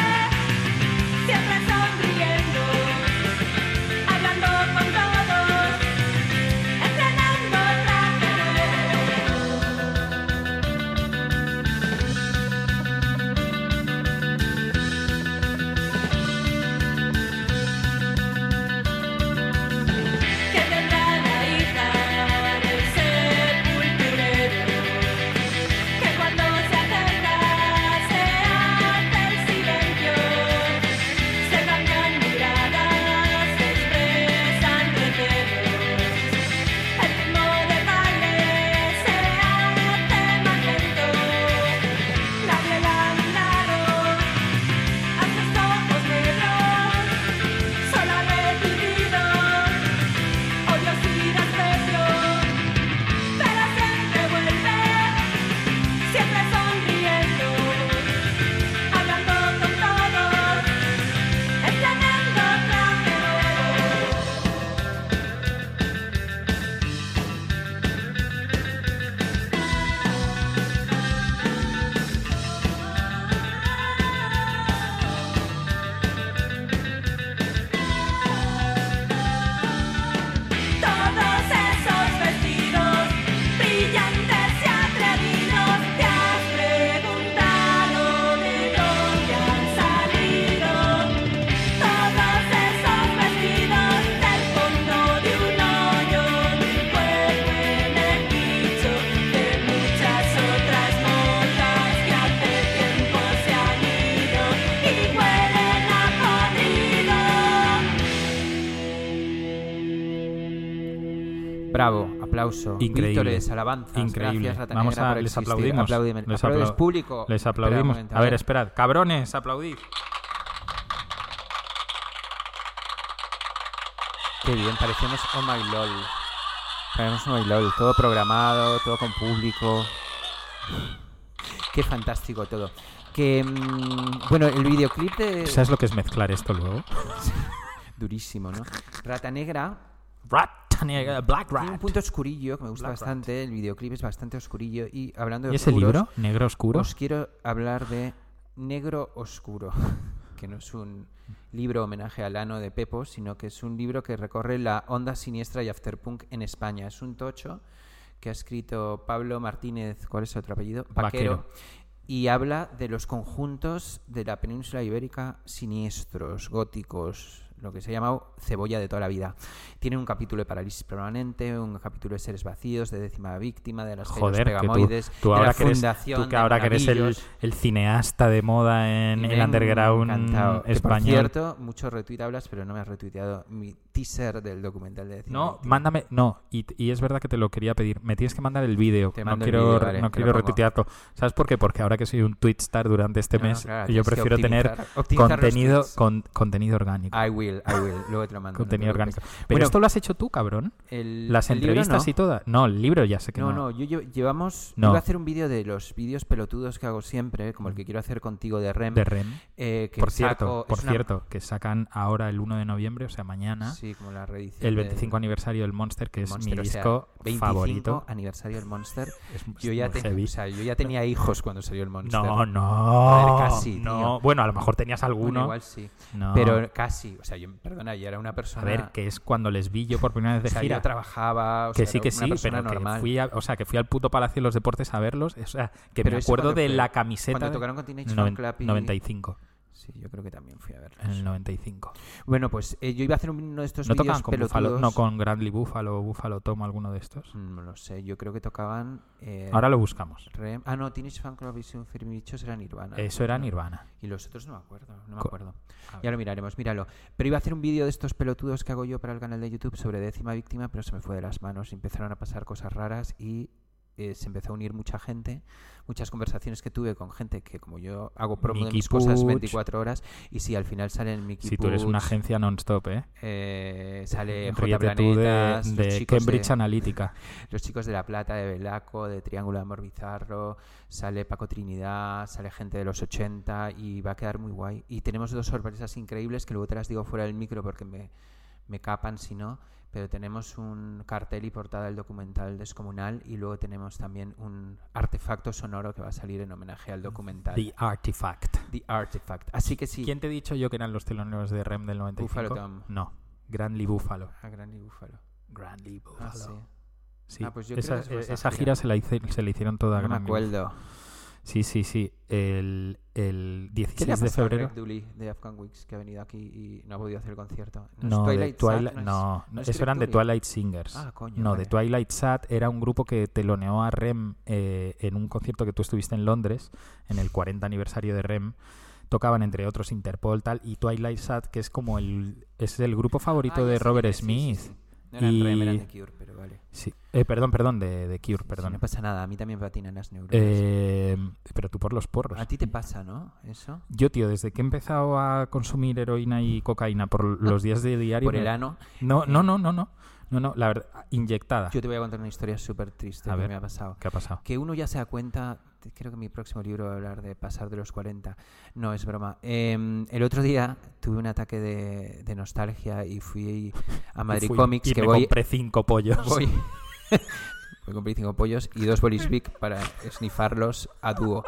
S1: siempre sonriendo, hablando con todos, estrenando trajes. Que tendrá la hija del sepulturero, que cuando se acerca se hace el silencio, se cambian miradas, se expresan recelos, el ritmo del baile se hace más lento, nadie la ha mirado, a sus ojos negros, solo ha recibido Odios y desprecio, pero siempre vuelve, siempre sonriendo, hablando con todos, estrenando trajes. Todos esos vestidos brillantes y atrevidos te has preguntado de dónde han salido. Todos esos vestidos del fondo de un hoyo vuelven el dicho de muchas otras monjas que hace tiempo se han ido y huelen a podrido.
S3: Bravo, aplauso.
S4: Increíble.
S3: Víctores, alabanzas.
S4: Increíble.
S3: Gracias, Rata
S4: Vamos
S3: Negra,
S4: a
S3: por
S4: les
S3: existir.
S4: aplaudimos.
S3: Aplaudime.
S4: Les
S3: Aplaudes,
S4: aplau-
S3: público.
S4: Les
S3: Espera un
S4: aplaudimos.
S3: momento,
S4: a ver, esperad, cabrones, aplaudid.
S3: Qué bien, parecemos Oh My LOL. Parecemos Oh My LOL, todo programado, todo con público. Qué fantástico todo. Que, mm, bueno, el videoclip de...
S4: ¿Sabes lo que es mezclar esto luego?
S3: Durísimo, ¿no? Rata Negra
S4: Rata Negra, Black
S3: tiene un
S4: Rat.
S3: punto oscurillo que me gusta
S4: Black Rat.
S3: bastante. El videoclip es bastante oscurillo. Y hablando de
S4: ¿Y ese
S3: oscuros,
S4: libro? ¿Negro oscuro?
S3: Os quiero hablar de Negro Oscuro, que no es un libro homenaje al ano de Pepo, sino que es un libro que recorre la onda siniestra y afterpunk en España. Es un tocho que ha escrito Pablo Martínez, ¿cuál es su otro apellido?
S4: Vaquero.
S3: Y habla de los conjuntos de la península ibérica siniestros, góticos, lo que se ha llamado cebolla de toda la vida. Tiene un capítulo de parálisis permanente, un capítulo de seres vacíos, de décima víctima, de las
S4: Joder,
S3: Pelos
S4: que tú-
S3: pegamoides,
S4: tú,
S3: de la
S4: ahora que eres,
S3: fundación,
S4: tú que
S3: de
S4: ahora que eres el,
S3: Canillos.
S4: el cineasta de moda en
S3: Y me
S4: el
S3: ha
S4: underground
S3: encantado. Que,
S4: español.
S3: por cierto, mucho retweet hablas, pero no me has retuiteado mi teaser del documental de décima
S4: no,
S3: víctima.
S4: mándame, no, y, y es verdad que te lo quería pedir. Me tienes que mandar el vídeo.
S3: Te
S4: No
S3: mando el
S4: quiero,
S3: vídeo, vale,
S4: no
S3: te lo
S4: quiero
S3: pongo.
S4: retuitearlo. ¿Sabes por qué? Porque ahora que soy un tweet star durante este
S3: No, no,
S4: mes,
S3: claro,
S4: yo
S3: tienes que
S4: prefiero tener
S3: optimizar- optimizar los
S4: contenido,
S3: tweets.
S4: con, contenido orgánico.
S3: I will, I will. Luego te lo mando. no te
S4: contenido
S3: preocupes.
S4: orgánico. Pero
S3: Bueno,
S4: esto lo has hecho tú, cabrón.
S3: el-
S4: Las
S3: el libro
S4: entrevistas
S3: no.
S4: y todas. No, el libro ya sé que no.
S3: No, no, yo, yo- llevamos.
S4: No. Mm.
S3: Iba a hacer un vídeo de los vídeos pelotudos que hago siempre, como el que quiero hacer contigo de REM.
S4: De Ren.
S3: eh, que
S4: Por cierto,
S3: saco- es
S4: por
S3: una-
S4: cierto, que sacan ahora el 1 de noviembre, o sea, mañana.
S3: Sí, como la reedición.
S4: el
S3: del
S4: 25 aniversario del Monster, que es
S3: Monster,
S4: mi
S3: o sea,
S4: disco
S3: 25
S4: favorito.
S3: aniversario del Monster.
S4: Es muy-
S3: Yo ya,
S4: muy
S3: ten-
S4: heavy.
S3: o sea, yo ya tenía hijos cuando salió el Monster.
S4: No, no,
S3: Joder, casi,
S4: no.
S3: tío.
S4: Bueno, a lo mejor tenías
S3: Bueno,
S4: alguno.
S3: igual sí.
S4: No.
S3: Pero casi. O sea, yo, perdona, yo era una persona.
S4: a ver, que es cuando les vi yo por primera vez
S3: o
S4: de
S3: sea,
S4: gira.
S3: yo trabajaba. o
S4: que
S3: sea,
S4: sí,
S3: era
S4: que
S3: una
S4: sí,
S3: persona
S4: pero que
S3: normal.
S4: fui, a- o sea, que fui al puto Palacio de los Deportes a verlos. O sea, que
S3: Pero
S4: me
S3: eso
S4: acuerdo
S3: cuando
S4: de
S3: fue,
S4: la camiseta.
S3: cuando
S4: de-
S3: tocaron Teenage
S4: noven-
S3: Fan Club y-
S4: 95.
S3: Sí, yo creo que también fui a verlos.
S4: En el 95.
S3: Bueno, pues eh, yo iba a hacer uno de estos
S4: ¿No
S3: vídeos
S4: tocaban con Buffalo,
S3: pelotudos.
S4: no con Grandly Buffalo o Buffalo Tom, alguno de estos?
S3: No lo sé, yo creo que tocaban. eh,
S4: Ahora lo buscamos.
S3: Rem- Ah, no, Teenage Fan Club y Film Bichos eran Nirvana.
S4: Eso era Nirvana.
S3: Y los otros no me acuerdo, no me
S4: Co-
S3: acuerdo.
S4: A
S3: Ya lo miraremos, míralo. Pero iba a hacer un vídeo de estos pelotudos que hago yo para el canal de YouTube sobre décima víctima, pero se me fue de las manos. Empezaron a pasar cosas raras y eh, se empezó a unir mucha gente. Muchas conversaciones que tuve con gente que, como yo, hago promo de
S4: Miki
S3: mis cosas
S4: Puig.
S3: 24 horas. Y si al final salen Mickey
S4: Si tú eres una
S3: Puig,
S4: agencia non-stop, ¿eh?
S3: eh, sale J
S4: Ríete tú de,
S3: Planetas, los
S4: de
S3: chicos de-
S4: Cambridge Analytica.
S3: los chicos de La Plata, de Belaco, de Triángulo de Amor Bizarro, sale Paco Trinidad, sale gente de los 80 y va a quedar muy guay. Y tenemos dos sorpresas increíbles que luego te las digo fuera del micro porque me, me capan si no, pero tenemos un cartel y portada del documental Descomunal y luego tenemos también un artefacto sonoro que va a salir en homenaje al documental.
S4: The Artifact.
S3: The Artifact. Así que sí.
S4: ¿Quién te he dicho yo que eran los teloneros de REM del 95?
S3: Buffalo Tom.
S4: No, Grandly Buffalo.
S3: A Granny Búfalo.
S4: Grandly Buffalo.
S3: Ah, sí.
S4: Sí,
S3: Ah, pues yo
S4: esa,
S3: creo que fue esa
S4: eh, esa
S3: gira.
S4: gira se la, hice- se la hicieron toda
S3: No me
S4: Grandly
S3: acuerdo.
S4: Buffalo. Sí, sí, sí. El, el
S3: ¿Qué le ha
S4: 16 de
S3: pasado a
S4: febrero.
S3: Greg Dooley de Afghan Weeks que ha venido aquí y no ha podido hacer el concierto? es
S4: No, de
S3: Twilight Sad?
S4: Twilight-
S3: es-
S4: no,
S3: no es
S4: eso eran de
S3: Greg Dooley.
S4: Twilight Singers.
S3: Ah, coño,
S4: no,
S3: vale.
S4: de Twilight Sat era un grupo que teloneó a Rem eh, en un concierto que tú estuviste en Londres, en el 40 aniversario de Rem. Tocaban entre otros Interpol, tal, y Twilight Sat, que es como el, es el grupo favorito
S3: Ah,
S4: de
S3: ya sé
S4: Robert
S3: quién es, sí, sí,
S4: Smith.
S3: sí. No eran
S4: Y-
S3: Rem, eran The Cure, pero vale.
S4: Sí, eh, perdón, perdón, de, de Cure,
S3: Perdón.
S4: perdón.
S3: no pasa nada, a mí también patinan las neuronas.
S4: Eh, pero tú por los porros.
S3: a ti te pasa, ¿no? Eso.
S4: Yo, tío, desde que he empezado a consumir heroína y cocaína por los días de diario...
S3: Por el
S4: me- Ah.
S3: ano. Eh.
S4: No, no, no, no, no. No, no, la verdad, inyectada.
S3: Yo te voy a contar una historia súper triste
S4: A
S3: que
S4: ver.
S3: me ha pasado.
S4: ¿Qué ha pasado?
S3: Que uno ya se da cuenta, te- creo que mi próximo libro va a hablar de pasar de los 40. No, es broma. Em, el otro día tuve un ataque de, de nostalgia y fui a
S4: Y
S3: Madrid
S4: fui-
S3: Comics,
S4: y
S3: que
S4: me
S3: voy
S4: compré cinco pollos.
S3: Voy. Voy a comprar cinco pollos y dos bolis big para esnifarlos a dúo.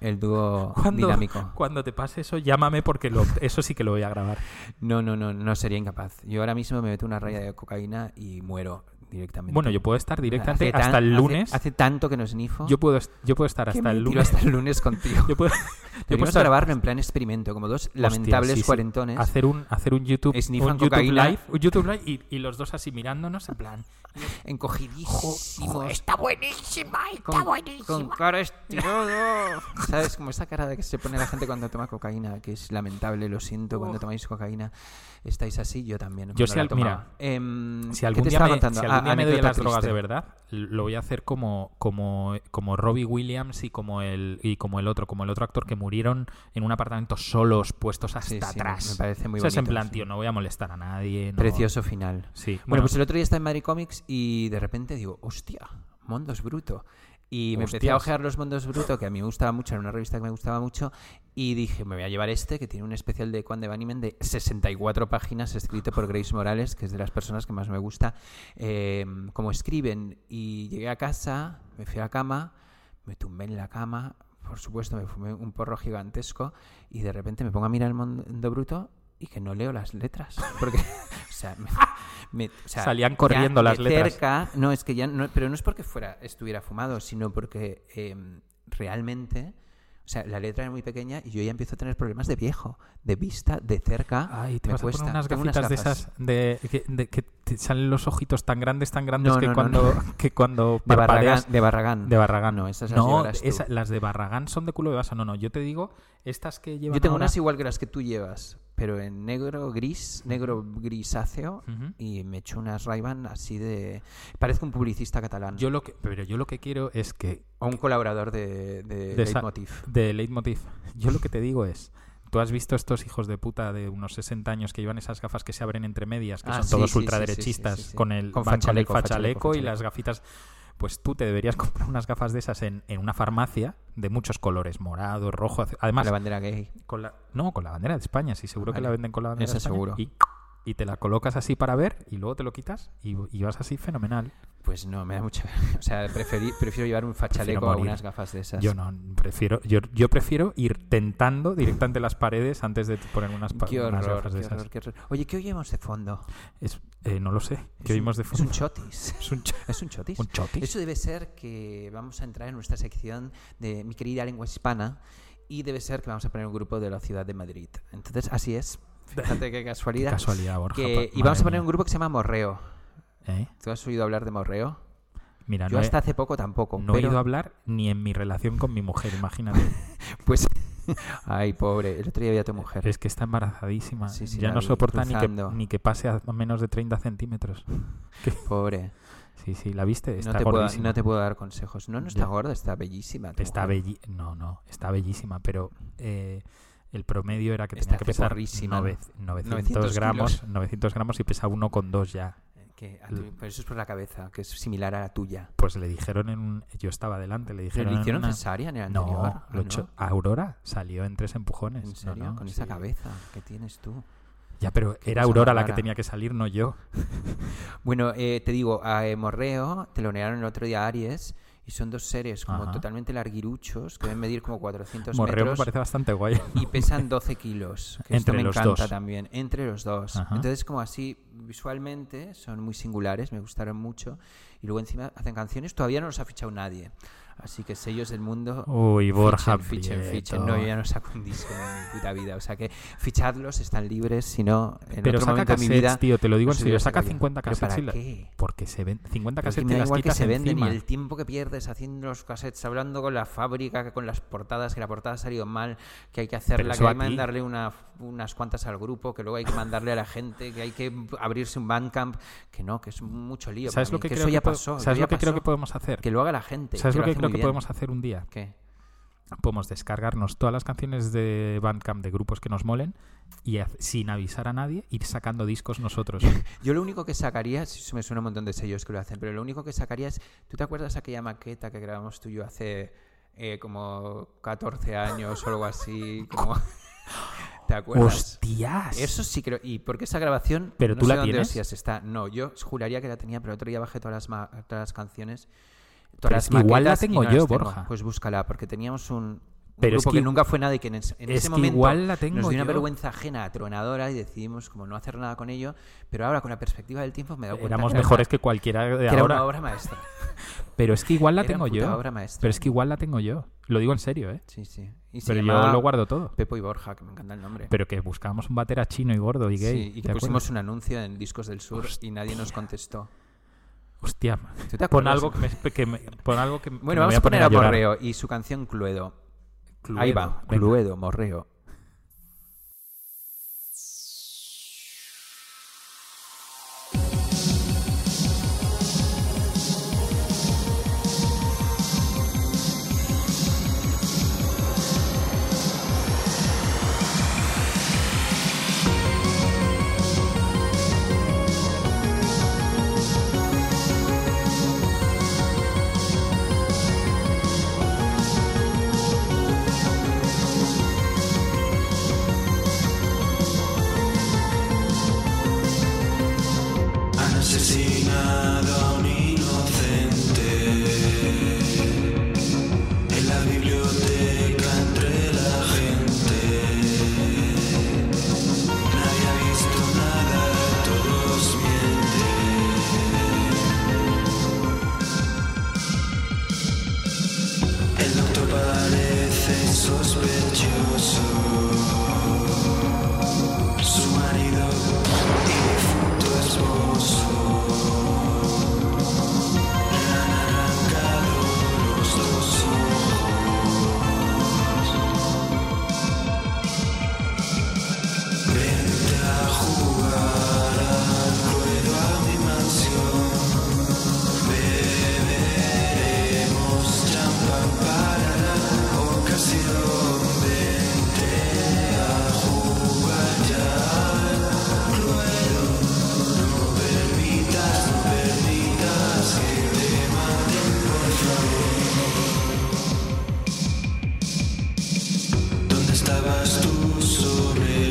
S3: El dúo
S4: Cuando,
S3: dinámico.
S4: cuando te pase eso, llámame porque lo- eso sí que lo voy a grabar.
S3: No, no, no, no sería incapaz. Yo ahora mismo me meto una raya de cocaína y muero directamente.
S4: Bueno, yo puedo estar directamente
S3: Hace tan-
S4: hasta el
S3: hace-
S4: lunes.
S3: Hace, tanto que no snifo.
S4: yo, puedo, est- yo puedo estar
S3: que
S4: hasta
S3: me
S4: el
S3: tiro
S4: lunes.
S3: hasta el lunes contigo.
S4: Yo puedo, yo puedo
S3: Podríamos
S4: estar
S3: grabarlo en plan experimento, como dos
S4: Hostia,
S3: lamentables
S4: sí, sí.
S3: cuarentones.
S4: Hacer un, hacer un YouTube,
S3: Snifan
S4: un YouTube
S3: cocaína.
S4: live, un YouTube live y, y los dos así mirándonos en plan.
S3: encogidísimos.
S5: Está buenísima, está
S3: con,
S5: buenísima.
S3: con cara estirada. ¿Sabes? Como esa cara de que se pone la gente cuando toma cocaína, que es lamentable, lo siento, cuando tomáis cocaína estáis así, yo también. cuando
S4: si
S3: la
S4: al-
S3: tomaba.
S4: mira,
S3: Em,
S4: Si algún
S3: ¿qué te
S4: día
S3: estaba
S4: me,
S3: contando?
S4: si algún
S3: Ah,
S4: día me doy a
S3: anécdota
S4: las drogas de
S3: triste.
S4: verdad, lo voy a hacer como, como, como Robbie Williams y como el y como el otro, como el otro actor que murieron en un apartamento solos, puestos hasta
S3: Sí, sí, me-
S4: atrás.
S3: me parece muy
S4: O sea, es en
S3: bonito,
S4: plan,
S3: sí.
S4: tío, no voy a molestar a nadie. no-
S3: Precioso final.
S4: Sí,
S3: Bueno,
S4: bueno.
S3: pues el otro día estaba en Madrid Comics y de repente digo, hostia, Mondos Bruto. Y me empecé a
S4: Hostias.
S3: ojear los Mondos Bruto, que a mí me gustaba mucho, era una revista que me gustaba mucho, y dije, me voy a llevar este, que tiene un especial de Juan de Vanimen de 64 páginas, escrito por Grace Morales, que es de las personas que más me gusta, eh, cómo escriben. Y llegué a casa, me fui a la cama, me tumbé en la cama, por supuesto, me fumé un porro gigantesco y de repente me pongo a mirar el mundo bruto y que no leo las letras. Porque, o sea, me- me- o sea,
S4: Salían
S3: ya
S4: corriendo
S3: de
S4: las letras.
S3: Cerca, no, es que ya, no, pero no es porque fuera, estuviera fumado, sino porque eh, em, realmente, O sea, la letra es muy pequeña y yo ya empiezo a tener problemas de viejo, de vista, de cerca.
S4: Ay, te
S3: me
S4: vas
S3: cuesta.
S4: a poner unas
S3: Tengo
S4: gafitas de
S3: gafas.
S4: esas de, que, de que te salen los ojitos tan grandes, tan grandes
S3: No,
S4: que,
S3: no, no,
S4: cuando,
S3: no.
S4: que cuando
S3: De Barragán,
S4: parpadeas-
S3: de Barragán.
S4: De Barragán.
S3: No, esas las
S4: no,
S3: llevarás tú.
S4: esa- las de Barragán son de culo de basa. No, no, yo te digo, estas que llevan
S3: Yo tengo
S4: ahora-
S3: unas igual que las que tú llevas, pero en negro gris, negro grisáceo,
S4: Ujú.
S3: y me echo unas ray así de... Parezco un publicista catalán.
S4: Yo lo que, pero yo lo que quiero es que
S3: O un colaborador de, de,
S4: de, esa-
S3: Leitmotiv.
S4: de Leitmotiv. Yo lo que te digo es, tú has visto estos hijos de puta de unos 60 años que llevan esas gafas que se abren entre medias, que
S3: Ah,
S4: son
S3: sí,
S4: todos
S3: sí, sí,
S4: ultraderechistas,
S3: sí, sí, sí, sí.
S4: con el
S3: Con
S4: van el
S3: fachaleco, fachaleco,
S4: fachaleco y
S3: fachaleco.
S4: las gafitas. Pues tú te deberías comprar unas gafas de esas en, en una farmacia de muchos colores, morado, rojo, azul. además
S3: la bandera gay.
S4: con la no con la bandera de España sí seguro que
S3: Vale.
S4: la venden con la bandera
S3: Esa
S4: de España
S3: seguro.
S4: y, y te la colocas así para ver y luego te lo quitas y, y vas así fenomenal
S3: Pues no, me da mucha... O sea, preferí- prefiero llevar un fachaleco a
S4: morir.
S3: unas gafas de esas.
S4: yo no prefiero yo, yo prefiero ir tentando directamente las paredes antes de poner unas, pa-
S3: Qué
S4: unas
S3: horror,
S4: gafas de
S3: qué
S4: esas
S3: horror, qué horror. Oye, ¿qué oímos de fondo?
S4: Es- eh, no lo sé
S3: Es
S4: qué
S3: un-
S4: oímos de
S3: Es
S4: fondo
S3: un chotis.
S4: Es un ch-
S3: Es un chotis.
S4: ¿Un chotis?
S3: Eso debe ser que vamos a entrar en nuestra sección de mi querida lengua hispana y debe ser que vamos a poner un grupo de la ciudad de Madrid. Entonces, así es. Fíjate qué casualidad.
S4: Qué casualidad, Borja,
S3: Que-
S4: pa-
S3: y
S4: madre
S3: vamos a poner
S4: mía.
S3: un grupo que se llama Morreo.
S4: ¿Eh?
S3: ¿Tú has oído hablar de Morreo?
S4: mira
S3: Yo
S4: no, he-
S3: hasta hace poco tampoco.
S4: no he
S3: pero-
S4: ido a hablar ni en mi relación con mi mujer imagínate
S3: Pues, ay, pobre. El otro día vi a tu mujer.
S4: es que está embarazadísima
S3: Sí, sí,
S4: ya
S3: la
S4: no
S3: vi
S4: soporta ni que,
S3: cruzando.
S4: ni que pase a menos de 30 centímetros
S3: Pobre.
S4: sí sí la viste está
S3: no, te puedo,
S4: gordísima
S3: no te puedo dar consejos. No, no está
S4: Ya.
S3: gorda, está bellísima. tu
S4: Está
S3: mujer.
S4: belli no, no, está bellísima, pero eh, el promedio era que
S3: Está
S4: tenía que pesar
S3: ceporrísima.
S4: nove- 900
S3: 900
S4: gramos, 900 gramos y pesa 1,2 ya.
S3: Que a tu- pero eso es por la cabeza, que es similar a la tuya.
S4: Pues le dijeron en un- yo estaba delante, le
S3: ¿Pero
S4: dijeron
S3: lo
S4: en
S3: hicieron
S4: una-
S3: cesárea en el anterior?
S4: No,
S3: Ah,
S4: lo echó- Aurora salió en tres empujones.
S3: ¿En
S4: No,
S3: serio?
S4: no,
S3: Con
S4: sí.
S3: esa cabeza que tienes tú.
S4: Ya, pero era
S3: cosa
S4: Aurora la que
S3: rara.
S4: tenía que salir, no yo.
S3: Bueno, eh, te digo, a eh, Morreo telonearon el otro día a Aries y son dos seres como
S4: Ajá.
S3: totalmente larguiruchos que deben medir como 400
S4: Morreo me
S3: metros
S4: parece bastante guay.
S3: y pesan 12 kilos. Que esto
S4: Entre
S3: me
S4: los
S3: encanta
S4: dos.
S3: también. Entre los dos.
S4: Ajá.
S3: Entonces, como así, visualmente son muy singulares, me gustaron mucho. Y luego encima hacen canciones, todavía no los ha fichado nadie. Así que sellos del mundo.
S4: Uy, Borja
S3: Fichen, fichen, fichen.
S4: Prieto.
S3: No, yo ya no saco un disco en mi puta vida. O sea que fichadlos, están libres. Si no, en otro
S4: Pero saca
S3: momento de mi
S4: cassettes,
S3: vida.
S4: tío, te lo digo
S3: los
S4: en serio,
S3: hubiera
S4: saca
S3: sacado yo.
S4: 50
S3: ¿Pero
S4: cassettes. y
S3: ¿Para
S4: la-
S3: qué?
S4: Porque se ven 50
S3: Pero es que
S4: cassettes
S3: me
S4: te
S3: da
S4: las
S3: igual que
S4: quitas
S3: se venden y
S4: encima.
S3: el tiempo que pierdes haciendo los cassettes, hablando con la fábrica, que con las portadas, que la portada ha salido mal, que hay que hacerla,
S4: eso
S3: que
S4: a
S3: hay que
S4: ti.
S3: mandarle una- unas cuantas al grupo, que luego hay que mandarle a la gente, que hay que abrirse un bandcamp, que no, que es mucho lío.
S4: ¿Sabes
S3: para
S4: lo
S3: mí,
S4: que,
S3: que
S4: creo
S3: eso
S4: que
S3: ya
S4: po-
S3: pasó. eso
S4: ¿Sabes
S3: ya
S4: lo que creo que
S3: pasó.
S4: podemos hacer?
S3: Que lo haga la gente.
S4: ¿Sabes lo
S3: lo
S4: que
S3: hace muy
S4: creo que
S3: bien.
S4: podemos hacer un día?
S3: ¿Qué?
S4: Podemos descargarnos todas las canciones de Bandcamp de grupos que nos molen y haz- sin avisar a nadie ir sacando discos nosotros.
S3: Yo lo único que sacaría, si se me suena un montón de sellos que lo hacen, pero lo único que sacaría es, ¿tú te acuerdas aquella maqueta que grabamos tú y yo hace eh, como 14 años o algo así? Como... ¿Te acuerdas?
S4: ¡Hostias!
S3: Eso sí creo. Y porque esa grabación.
S4: ¿Pero
S3: no
S4: tú
S3: sé
S4: la
S3: dónde
S4: tienes?
S3: hostias está. No, yo juraría que la tenía, pero el otro día bajé todas las, ma- todas las canciones. Todas
S4: Pero
S3: las
S4: es que igual la
S3: maquetas y
S4: tengo
S3: no
S4: yo,
S3: las tengo.
S4: Borja.
S3: Pues búscala, porque teníamos un. un
S4: Pero es
S3: grupo que,
S4: que-
S3: nunca fue nada y que en, es- en
S4: es
S3: ese
S4: que
S3: momento
S4: igual la tengo
S3: nos dio una
S4: yo.
S3: vergüenza ajena, atronadora, y decidimos como no hacer nada con ello. Pero ahora, con la perspectiva del tiempo, me he dado cuenta
S4: Éramos
S3: que era
S4: mejores
S3: una-
S4: que cualquiera de
S3: que era una
S4: ahora.
S3: obra maestra.
S4: Pero es que igual la
S3: Era
S4: tengo
S3: puta
S4: yo.
S3: obra maestra.
S4: Pero es que igual la tengo yo. Lo digo en serio, ¿eh?
S3: Sí, sí. Y se
S4: Pero yo
S3: llamaba
S4: lo guardo todo.
S3: Pepo y Borja, que me encanta el nombre.
S4: Pero que buscábamos un batera chino y gordo y gay.
S3: Sí, y
S4: ¿te
S3: que
S4: acuerdas?
S3: pusimos un anuncio en Discos del Sur y nadie nos contestó.
S4: Hostia.
S3: ¿Tú te
S4: Pon
S3: acuerdas?
S4: algo que me. que me- pon algo que me
S3: Bueno, vamos
S4: voy
S3: a poner a
S4: llorar.
S3: Morreo y su canción Cluedo. Ahí
S4: Cluedo,
S3: va,
S4: venga.
S3: Cluedo, Morreo.
S6: Cluedo,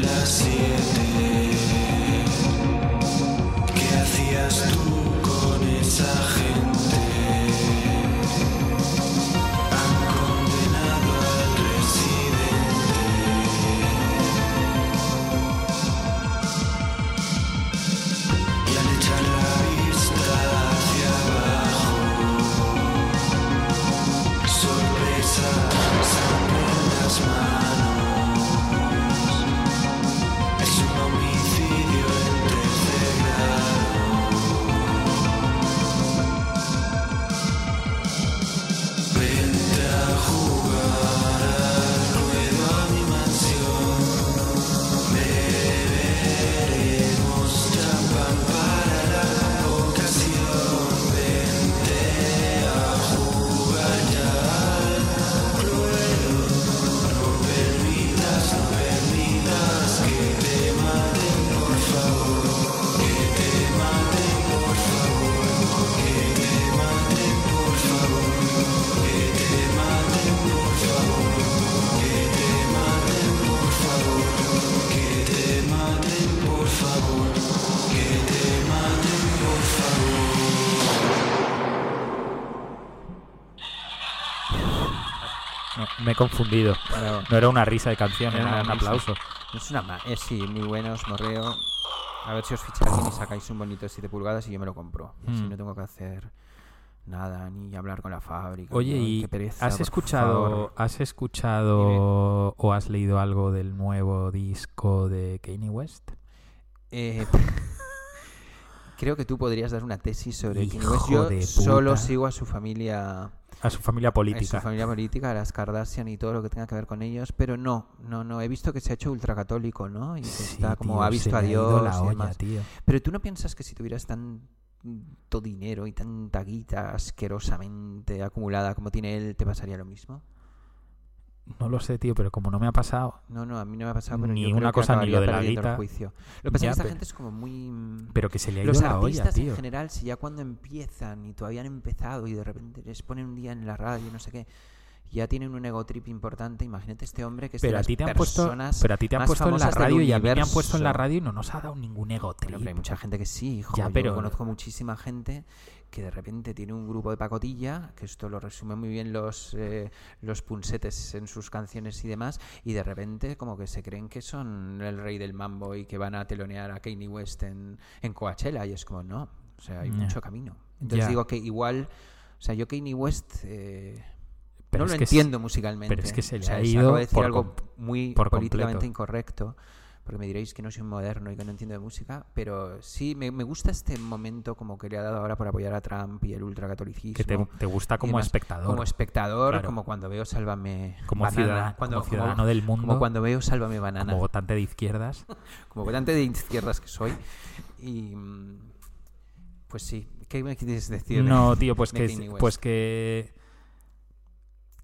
S6: las siete. ¿Qué hacías tú con esa gente? Han condenado al residente. Y al echar la vista hacia abajo, sorpresa, sangre en las manos. Es un homicidio en tercer grado. Vente a jugar al ruedo a mi mansión. Beberemos champán para la ocasión. Vente a jugar ya al ruedo. No permitas, no permitas que te maten, por favor. Que te maten, por favor. Que te maten, por favor. Que te maten, por favor. Que te maten, por favor. Que te maten, por favor. Que te maten, por favor.
S4: No, me he confundido.
S3: Claro.
S4: No era una risa de canción,
S3: Era
S4: era,
S3: una
S4: un
S3: risa.
S4: aplauso.
S3: Es una ma- eh, sí, muy buenos, morreo. A ver si os ficháis y me sacáis un bonito de 7 pulgadas y yo me lo compro. Y así
S4: Mm.
S3: no tengo que hacer nada, ni hablar con la fábrica.
S4: Oye,
S3: ni-
S4: ¿y
S3: qué pereza,
S4: has
S3: por
S4: escuchado,
S3: favor.
S4: has escuchado o has leído algo del nuevo disco de Kanye West?
S3: Eh, creo que tú podrías dar una tesis sobre quién
S4: Hijo
S3: es. Yo
S4: de
S3: solo
S4: puta.
S3: sigo a su familia
S4: A su familia
S3: a
S4: política.
S3: su familia política, a las Kardashian y todo lo que tenga que ver con ellos, pero no, no, no. He visto que se ha hecho ultracatólico, ¿no? Y que
S4: Sí,
S3: está como
S4: tío,
S3: ha
S4: se
S3: visto
S4: le
S3: a
S4: ha ido
S3: Dios
S4: la
S3: y
S4: olla,
S3: demás.
S4: tío.
S3: Pero tú no piensas que si tuvieras tanto dinero y tanta guita asquerosamente acumulada como tiene él, te pasaría lo mismo.
S4: No lo sé, tío, pero como no me ha pasado.
S3: No, no, a mí no me ha pasado pero
S4: Ni
S3: yo creo
S4: una
S3: que
S4: cosa ni
S3: acabaría
S4: lo de la
S3: perdiendo el
S4: guita.
S3: juicio. Lo que pasa es que
S4: Ya,
S3: esta
S4: pero-
S3: gente es como muy. mm,
S4: Pero que se le ha ido
S3: Los
S4: la olla,
S3: artistas
S4: tío.
S3: en general, si ya cuando empiezan y todavía han empezado y de repente les ponen un día en la radio y no sé qué, ya tienen un ego trip importante. Imagínate este hombre que es de
S4: Pero a
S3: las
S4: ti te han puesto,
S3: personas
S4: pero a ti te han
S3: más
S4: puesto en la
S3: famosas del
S4: radio y a mí me han puesto en la
S3: universo.
S4: radio y no nos ha dado ningún ego
S3: Bueno, pero hay
S4: trip.
S3: mucha gente que sí, hijo.
S4: Ya,
S3: Yo
S4: pero-
S3: conozco muchísima gente que de repente tiene un grupo de pacotilla, que esto lo resumen muy bien los, eh, los punsetes en sus canciones y demás, y de repente como que se creen que son el rey del mambo y que van a telonear a Kanye West en, en Coachella, y es como, no, o sea, hay
S4: Ya.
S3: mucho camino. Entonces
S4: Ya.
S3: digo que igual, o sea, yo Kanye West... eh,
S4: Pero
S3: no
S4: es
S3: lo
S4: que es-
S3: entiendo musicalmente.
S4: pero es que se le
S3: O sea,
S4: ha
S3: acabo
S4: ido
S3: de decir
S4: por
S3: algo
S4: com-
S3: muy
S4: por
S3: políticamente
S4: completo.
S3: incorrecto, porque me diréis que no soy un moderno y que no entiendo de música, pero sí, me, me gusta este momento como que le ha dado ahora por apoyar a Trump y el ultracatolicismo.
S4: Que te, te gusta
S3: y
S4: como
S3: demás.
S4: espectador.
S3: Como espectador,
S4: Claro.
S3: como cuando veo Sálvame
S4: Como
S3: Banana,
S4: ciudadano- como ciudadano del mundo.
S3: Como cuando veo Sálvame Banana.
S4: como votante de izquierdas.
S3: Como votante de izquierdas que soy. Y. mm, Pues sí. ¿Qué me quieres decir? de-
S4: No, tío, pues
S3: de
S4: que,
S3: Kanye
S4: es-
S3: West?
S4: pues que,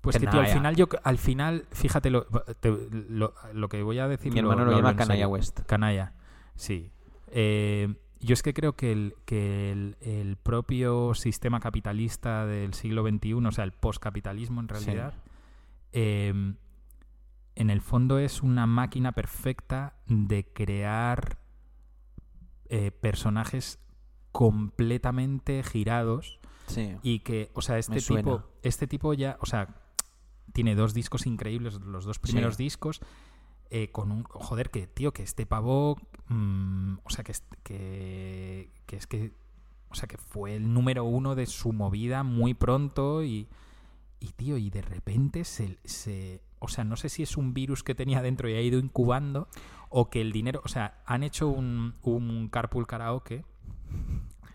S4: pues
S3: Que
S4: que, tío, al
S3: naya.
S4: final yo, al final, fíjate lo, te- lo, lo que voy a decir.
S3: Mi hermano lo
S4: hablo
S3: llama
S4: en
S3: Canalla
S4: serio.
S3: West.
S4: Canalla, sí. Eh, yo es que creo que el, que el, el propio sistema capitalista del siglo XXI, o sea, el postcapitalismo en
S3: Sí.
S4: realidad, eh, en el fondo es una máquina perfecta de crear eh, personajes completamente girados
S3: Sí.
S4: y que, o sea, este
S3: Me suena.
S4: tipo, este tipo ya, o sea, tiene dos discos increíbles, los dos primeros
S3: Sí.
S4: discos, eh, con un, joder, que tío, que este pavo, mm, o sea, que, est- que, que es que, o sea, que fue el número uno de su movida muy pronto y, y tío, y de repente se, se, o sea, no sé si es un virus que tenía dentro y ha ido incubando o que el dinero, o sea, han hecho un, un carpool karaoke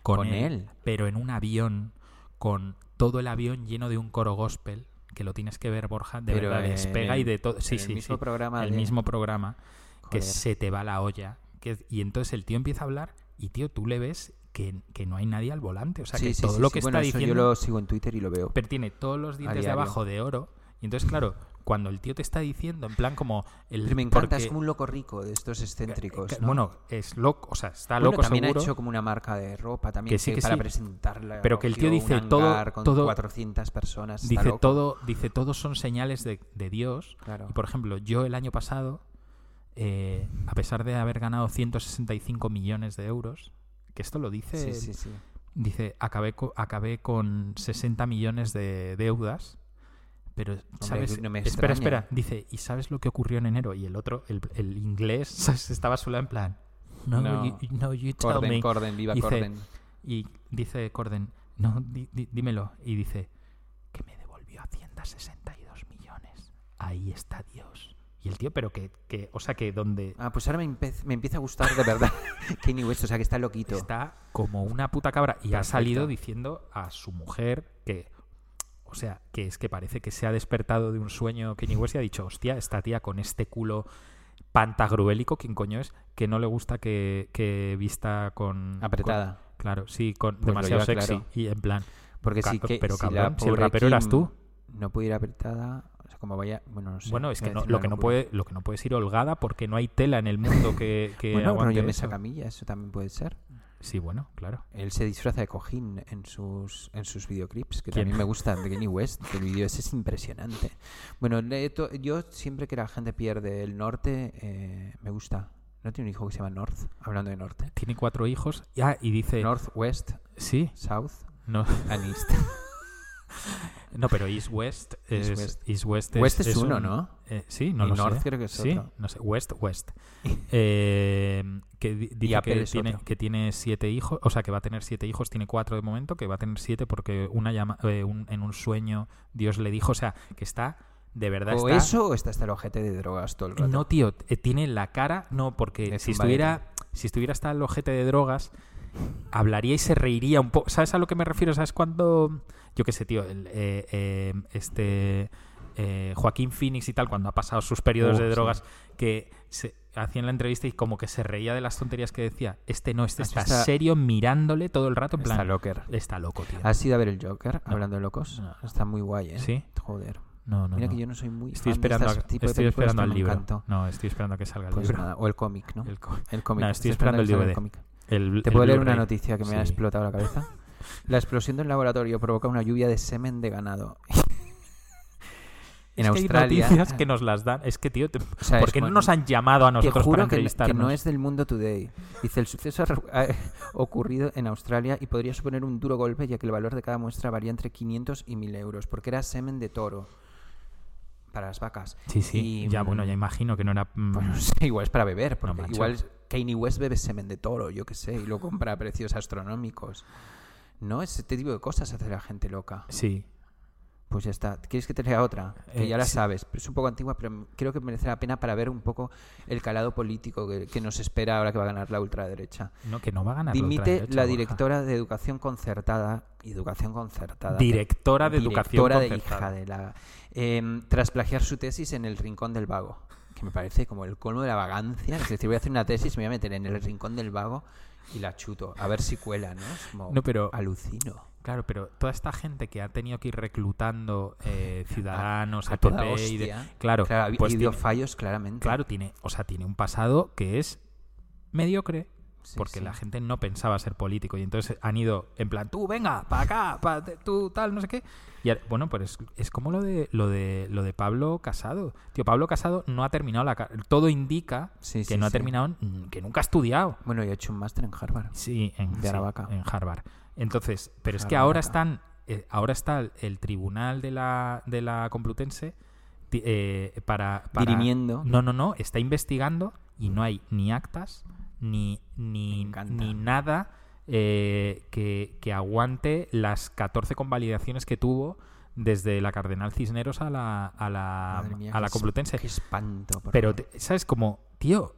S3: Con él.
S4: pero en un avión, con todo el avión lleno de un coro gospel, que lo tienes que ver, Borja, de
S3: Pero
S4: verdad,
S3: en
S4: despega
S3: el-
S4: y de todo. Sí,
S3: en el
S4: sí,
S3: mismo
S4: sí.
S3: programa
S4: El
S3: de-
S4: mismo programa, que
S3: Joder.
S4: se te va la olla. Que, y entonces el tío empieza a hablar y, tío, tú le ves que, que no hay nadie al volante. O sea, que todo lo que está
S3: Bueno, eso
S4: diciendo
S3: Yo lo sigo en Twitter y lo veo.
S4: pero tiene todos los dientes de
S3: diario.
S4: abajo de oro. Y entonces, claro, cuando el tío te está diciendo, en plan como... El,
S3: Pero me encanta,
S4: porque-
S3: es como un loco rico de estos excéntricos.
S4: que-
S3: ¿no?
S4: Bueno, es loco, o sea, está
S3: Bueno,
S4: loco
S3: también
S4: seguro.
S3: ha hecho como una marca de ropa también
S4: Que sí, que
S3: para
S4: sí.
S3: presentarla.
S4: Pero que el tío
S3: cogió
S4: dice
S3: un
S4: todo-
S3: hangar con
S4: todo-
S3: 400 personas. está
S4: Dice
S3: loco.
S4: todo, dice todo son señales de, de Dios.
S3: Claro.
S4: Y por ejemplo, yo el año pasado eh, a pesar de haber ganado 165 millones de euros, que esto lo dice,
S3: Sí,
S4: el-
S3: sí, sí.
S4: dice, acabé, co- acabé con 60 millones de deudas, pero, ¿sabes?
S3: no me extraña.
S4: espera, espera, dice, ¿y sabes lo que ocurrió en enero? Y el otro, el, el inglés, ¿sabes? estaba sola en plan, no,
S3: No.
S4: You, no, you tell
S3: Corden,
S4: me".
S3: Corden, viva
S4: Dice,
S3: Corden.
S4: Y dice Corden, no, di- di- dímelo. Y dice, que me devolvió Hacienda 62 millones. Ahí está Dios. Y el tío, pero que, que o sea, que donde
S3: Ah, pues ahora me, empe- me empieza a gustar de verdad Kanye West, o sea que está loquito.
S4: está como una puta cabra. Y ha
S3: Perfecto.
S4: salido diciendo a su mujer que, o sea, que es que parece que se ha despertado de un sueño Kanye West y ha dicho, hostia, esta tía con este culo pantagruélico, ¿quién coño es? Que no le gusta que, que vista con...
S3: Apretada.
S4: con- claro, sí, con
S3: Pues lo
S4: demasiado
S3: lleva
S4: sexy.
S3: claro.
S4: Y en plan...
S3: Porque
S4: Ca-
S3: sí que
S4: pero
S3: si, la
S4: cabrón, si el
S3: pobre
S4: rapero eras
S3: Kim
S4: tú.
S3: No pudiera apretada, o sea, como vaya, bueno, no sé.
S4: bueno, es
S3: iba
S4: que
S3: a
S4: no-
S3: decir
S4: lo,
S3: una
S4: que no
S3: locura.
S4: puede, eh, lo que no puede es ir holgada porque no hay tela en el mundo que, que
S3: Bueno,
S4: aguante
S3: rollo mesa
S4: eso.
S3: camilla, eso también puede ser.
S4: Sí, bueno, claro.
S3: Él se disfraza de cojín en sus en sus videoclips, que
S4: ¿Quién?
S3: también me gustan de Kanye West. que El vídeo ese es impresionante. Bueno, le- to- yo siempre que la gente pierde el norte, eh, me gusta. ¿No tiene un hijo que se llama North? Hablando de norte.
S4: Tiene cuatro hijos. y- Ah, y dice...
S3: North, Ah, West,
S4: Sí,
S3: South
S4: no,
S3: and East.
S4: no, pero East West es...
S3: East West.
S4: East West
S3: West es
S4: es
S3: uno,
S4: un-
S3: ¿no?
S4: eh, sí, no
S3: Y
S4: lo
S3: North
S4: sé.
S3: creo que es
S4: sí,
S3: otro.
S4: no sé. West, West. Eh, que di- dice
S3: Apple
S4: que
S3: es
S4: tiene,
S3: otro.
S4: que tiene siete hijos, o sea, que va a tener siete hijos, tiene cuatro de momento, que va a tener siete porque una llama, eh, un- en un sueño Dios le dijo, o sea, que está... De verdad
S3: o
S4: está...
S3: eso o está hasta el ojete de drogas todo el rato.
S4: No, tío, eh, tiene la cara. No, porque
S3: De
S4: si
S3: zumbadera.
S4: estuviera, si estuviera hasta el ojete de drogas, hablaría y se reiría un poco. ¿Sabes a lo que me refiero? ¿Sabes cuando. Yo qué sé, tío, el, eh, eh, este. eh, Joaquín Phoenix y tal, cuando ha pasado sus periodos
S3: Uh,
S4: de
S3: sí.
S4: drogas, que se hacían la entrevista y como que se reía de las tonterías que decía. Este no, este
S3: Ah,
S4: está,
S3: está-
S4: serio mirándole todo el rato en plan.
S3: Está Ah, locker.
S4: Está loco, tío.
S3: ¿Has ido a ver el Joker? Hablando de locos.
S4: No.
S3: Está muy guay, ¿eh?
S4: Sí.
S3: Joder.
S4: No, no,
S3: Mira
S4: no.
S3: que yo no soy muy fan de
S4: Estoy esperando, a-
S3: este tipo de
S4: estoy
S3: películas,
S4: esperando
S3: pero
S4: al
S3: me
S4: libro.
S3: encanta.
S4: No, estoy esperando a que salga el
S3: Pues
S4: libro.
S3: nada, o el cómic, ¿no?
S4: El co-
S3: El cómic.
S4: No, estoy
S3: esperando
S4: esperando el
S3: que salga
S4: DVD.
S3: cómic.
S4: El-
S3: ¿Te
S4: el
S3: puedo leer
S4: Blu-ray.
S3: una noticia que me ha
S4: Sí.
S3: explotado la cabeza? La explosión de un laboratorio provoca una lluvia de semen de ganado. en
S4: es Que
S3: Australia.
S4: hay noticias que nos las dan. Es que, tío, te-
S3: O sea,
S4: ¿por
S3: es
S4: qué no
S3: muy-
S4: nos han llamado a
S3: Te
S4: nosotros para
S3: juro que, que
S4: entrevistarnos?
S3: no es del mundo today. Dice, el suceso ha re- ha ocurrido en Australia y podría suponer un duro golpe ya que el valor de cada muestra varía entre 500 y 1000 euros, porque era semen de toro para las vacas.
S4: Sí, sí.
S3: Y,
S4: ya,
S3: mm,
S4: bueno, ya imagino que no era. mm,
S3: Pues no sé, igual es para beber, porque
S4: macho.
S3: igual Kanye West bebe semen de toro, yo qué sé, y lo compra a precios astronómicos. No, ese tipo de cosas hace la gente loca.
S4: Sí.
S3: Pues ya está. ¿Quieres que te lea otra? Que
S4: Eh,
S3: ya la
S4: sí.
S3: sabes. pero es un poco antigua, pero m- creo que merece la pena para ver un poco el calado político que, que nos espera ahora que va a ganar la ultraderecha.
S4: No, que no va a ganar. la
S3: Dimite
S4: ultraderecha,
S3: la
S4: Borja.
S3: directora de educación concertada. Educación concertada.
S4: Directora de educación.
S3: Directora de
S4: concertada.
S3: hija de la. em, tras plagiar su tesis en el rincón del vago. Que me parece como el colmo de la vagancia. Es decir, voy a hacer una tesis, me voy a meter en el rincón del vago y la chuto. A ver si cuela, ¿no? Es como
S4: No, pero-
S3: Alucino.
S4: Claro, pero toda esta gente que ha tenido que ir reclutando eh, ciudadanos,
S3: a
S4: EPP
S3: toda
S4: y de-
S3: hostia.
S4: Claro,
S3: Claro, ha
S4: pues
S3: habido
S4: tiene-
S3: fallos claramente.
S4: claro, tiene, o sea, tiene un pasado que es mediocre.
S3: Sí,
S4: Porque
S3: sí.
S4: la gente no pensaba ser político y entonces han ido en plan, tú venga, para acá, pa' te- tú tal, no sé qué. Y ahora- bueno, pues es, es como lo de, lo, de, lo de Pablo Casado. Tío, Pablo Casado no ha terminado la... ca- Todo indica
S3: Sí,
S4: que
S3: sí,
S4: no ha
S3: sí.
S4: terminado, mm, que nunca ha estudiado.
S3: Bueno, yo he hecho un máster en Harvard.
S4: Sí, en,
S3: De
S4: sí,
S3: Aravaca.
S4: en Harvard. Entonces, pero es que
S3: Aravaca.
S4: ahora están, eh, ahora está el, el tribunal de la, de la Complutense ti- eh, para, para-
S3: Dirimiendo.
S4: No, no, no. Está investigando y no hay ni actas ni
S3: Me
S4: ni,
S3: encanta.
S4: ni nada eh, que, que aguante las 14 convalidaciones que tuvo desde la Cardenal Cisneros a la a la,
S3: Madre mía,
S4: a
S3: qué
S4: la
S3: es-
S4: Complutense.
S3: Qué espanto. por
S4: Pero,
S3: favor.
S4: te- ¿sabes? Como, tío,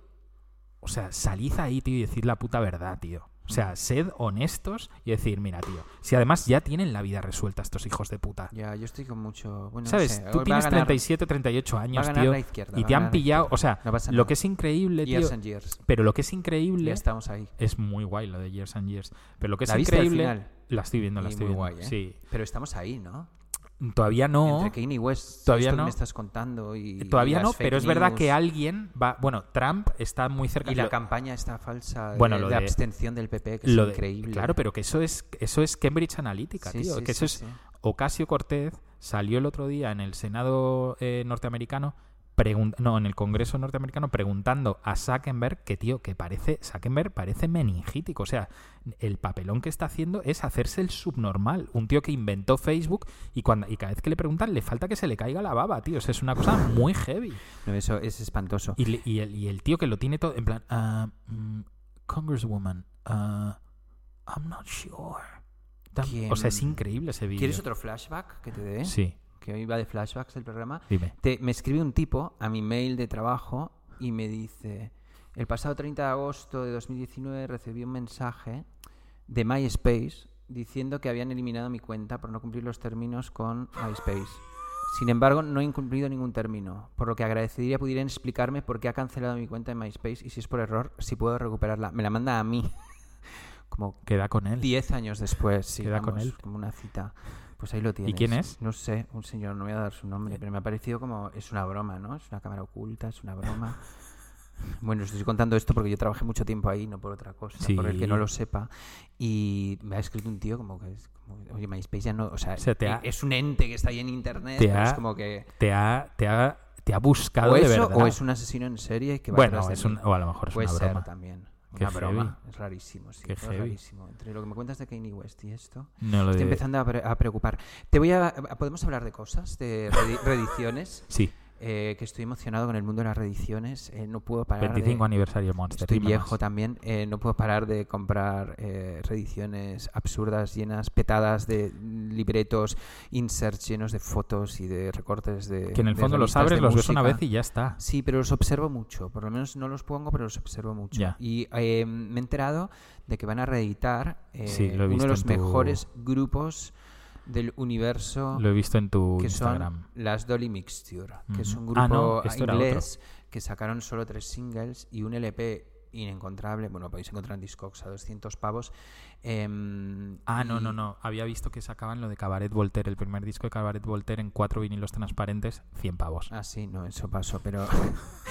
S4: o sea, salid ahí, tío, y decid la puta verdad, tío. O
S3: Mm.
S4: sea, sed honestos y decir, mira, tío, si además ya tienen la vida resuelta estos hijos de puta.
S3: Ya, yo estoy con mucho. Bueno, no
S4: ¿Sabes?
S3: sé, va
S4: Tú
S3: a
S4: tienes
S3: ganar
S4: 37, 38 años,
S3: ganar
S4: tío,
S3: la izquierda,
S4: y
S3: va a
S4: te han
S3: ganar la
S4: pillado, o
S3: izquierda.
S4: sea,
S3: No pasa
S4: lo
S3: nada.
S4: que es increíble, tío,
S3: Years and Years.
S4: pero lo que es
S3: Ya
S4: increíble
S3: estamos ahí.
S4: es muy guay lo de Years and Years, pero lo que es
S3: ¿La viste al
S4: increíble
S3: final?
S4: la estoy viendo, la
S3: Y
S4: estoy
S3: muy
S4: viendo.
S3: guay, ¿eh?
S4: Sí.
S3: Pero estamos ahí, ¿no?
S4: Todavía no.
S3: Entre Kanye West,
S4: todavía
S3: esto que
S4: no.
S3: me estás contando y y
S4: Todavía
S3: las
S4: no,
S3: fake
S4: pero es verdad que
S3: news
S4: alguien va, bueno, Trump está muy cerca
S3: y la
S4: lo-
S3: campaña está falsa de-
S4: Bueno,
S3: de,
S4: lo de-
S3: abstención del PP que
S4: Lo
S3: es
S4: de-
S3: increíble.
S4: Claro, pero que eso es, eso es Cambridge Analytica,
S3: Sí,
S4: tío.
S3: sí,
S4: que eso
S3: sí,
S4: es
S3: sí.
S4: Ocasio Cortez salió el otro día en el Senado eh, norteamericano pregun- no, en el Congreso norteamericano preguntando a Zuckerberg que, tío, que parece, Zuckerberg parece meningítico. O sea, el papelón que está haciendo es hacerse el subnormal. Un tío que inventó Facebook y, cuando, y cada vez que le preguntan le falta que se le caiga la baba, tío. O sea, es una cosa muy heavy.
S3: No, eso es espantoso.
S4: Y, le- y el, y el tío que lo tiene todo, en plan, ah, mm, Congresswoman, ah, I'm not sure. Tam-
S3: ¿Quién?
S4: O sea, es increíble ese vídeo.
S3: mm, ¿Quieres otro flashback que te dé?
S4: Sí,
S3: Que hoy va de flashbacks el programa.
S4: dime.
S3: Te- me escribe un tipo a mi mail de trabajo y me dice, el pasado 30 de agosto de 2019 recibí un mensaje de MySpace diciendo que habían eliminado mi cuenta por no cumplir los términos con MySpace. Sin embargo, no he incumplido ningún término, por lo que agradecería pudieran explicarme por qué ha cancelado mi cuenta en MySpace y si es por error, si puedo recuperarla. Me la manda a mí, como
S4: Queda con él.
S3: 10 años después, sí,
S4: Queda con
S3: vamos,
S4: él.
S3: como una cita. Pues ahí lo tienes.
S4: quién es? Eh.
S3: No sé, un señor, no voy a dar su nombre, pero me ha parecido como, es una broma, ¿no? Es una cámara oculta, es una broma. Bueno, os estoy contando esto porque yo trabajé mucho tiempo ahí, no por otra cosa, por el que no
S4: Sí.
S3: lo sepa. Y me ha escrito un tío como que es, como, oye, MySpace ya no, o sea, eh,
S4: O sea, te ha-
S3: es un ente que está ahí en internet,
S4: te
S3: pero
S4: ha-
S3: es como que...
S4: Te ha, te ha, te ha buscado
S3: O
S4: de
S3: eso,
S4: verdad.
S3: o es un asesino en serie que va
S4: bueno,
S3: atrás de
S4: es
S3: mí.
S4: un- o a lo mejor es
S3: Puede
S4: una
S3: ser
S4: broma.
S3: también.
S4: Qué
S3: una broma.
S4: heavy.
S3: Es rarísimo, sí.
S4: Qué
S3: todo
S4: heavy.
S3: rarísimo. Entre lo que me cuentas de Kanye West y esto,
S4: No lo
S3: estoy
S4: de-
S3: empezando a, pre- a preocupar. Te voy a, a- ¿Podemos hablar de cosas? De redi- reediciones.
S4: Sí,
S3: Eh, que estoy emocionado con el mundo de las reediciones. Eh, no puedo parar.
S4: 25
S3: de...
S4: aniversario Monster.
S3: Estoy
S4: dime
S3: viejo
S4: más.
S3: también. eh, no puedo parar de comprar eh, reediciones absurdas, llenas, petadas de libretos, inserts llenos de fotos y de recortes de.
S4: Que en el
S3: de
S4: fondo los
S3: revistas
S4: abres,
S3: de
S4: los ves una
S3: música.
S4: vez y ya está.
S3: Sí, pero los observo mucho. Por lo menos no los pongo, pero los observo mucho.
S4: Ya.
S3: Y eh, me he enterado de que van a reeditar eh,
S4: Sí, lo he
S3: uno
S4: visto
S3: de los
S4: en tu-
S3: mejores grupos del universo
S4: Lo he visto en tu
S3: que
S4: Instagram.
S3: son las Dolly Mixture, que es
S4: Ujú.
S3: un grupo
S4: Ah, no, esto era
S3: inglés que sacaron solo tres singles y un LP inencontrable. Bueno, podéis encontrar en Discogs a 200 pavos. em,
S4: Ah, no,
S3: y-
S4: no, no. Había visto que sacaban lo de Cabaret Voltaire, el primer disco de Cabaret Voltaire en cuatro vinilos transparentes, 100 pavos.
S3: Ah, sí, no, eso pasó, pero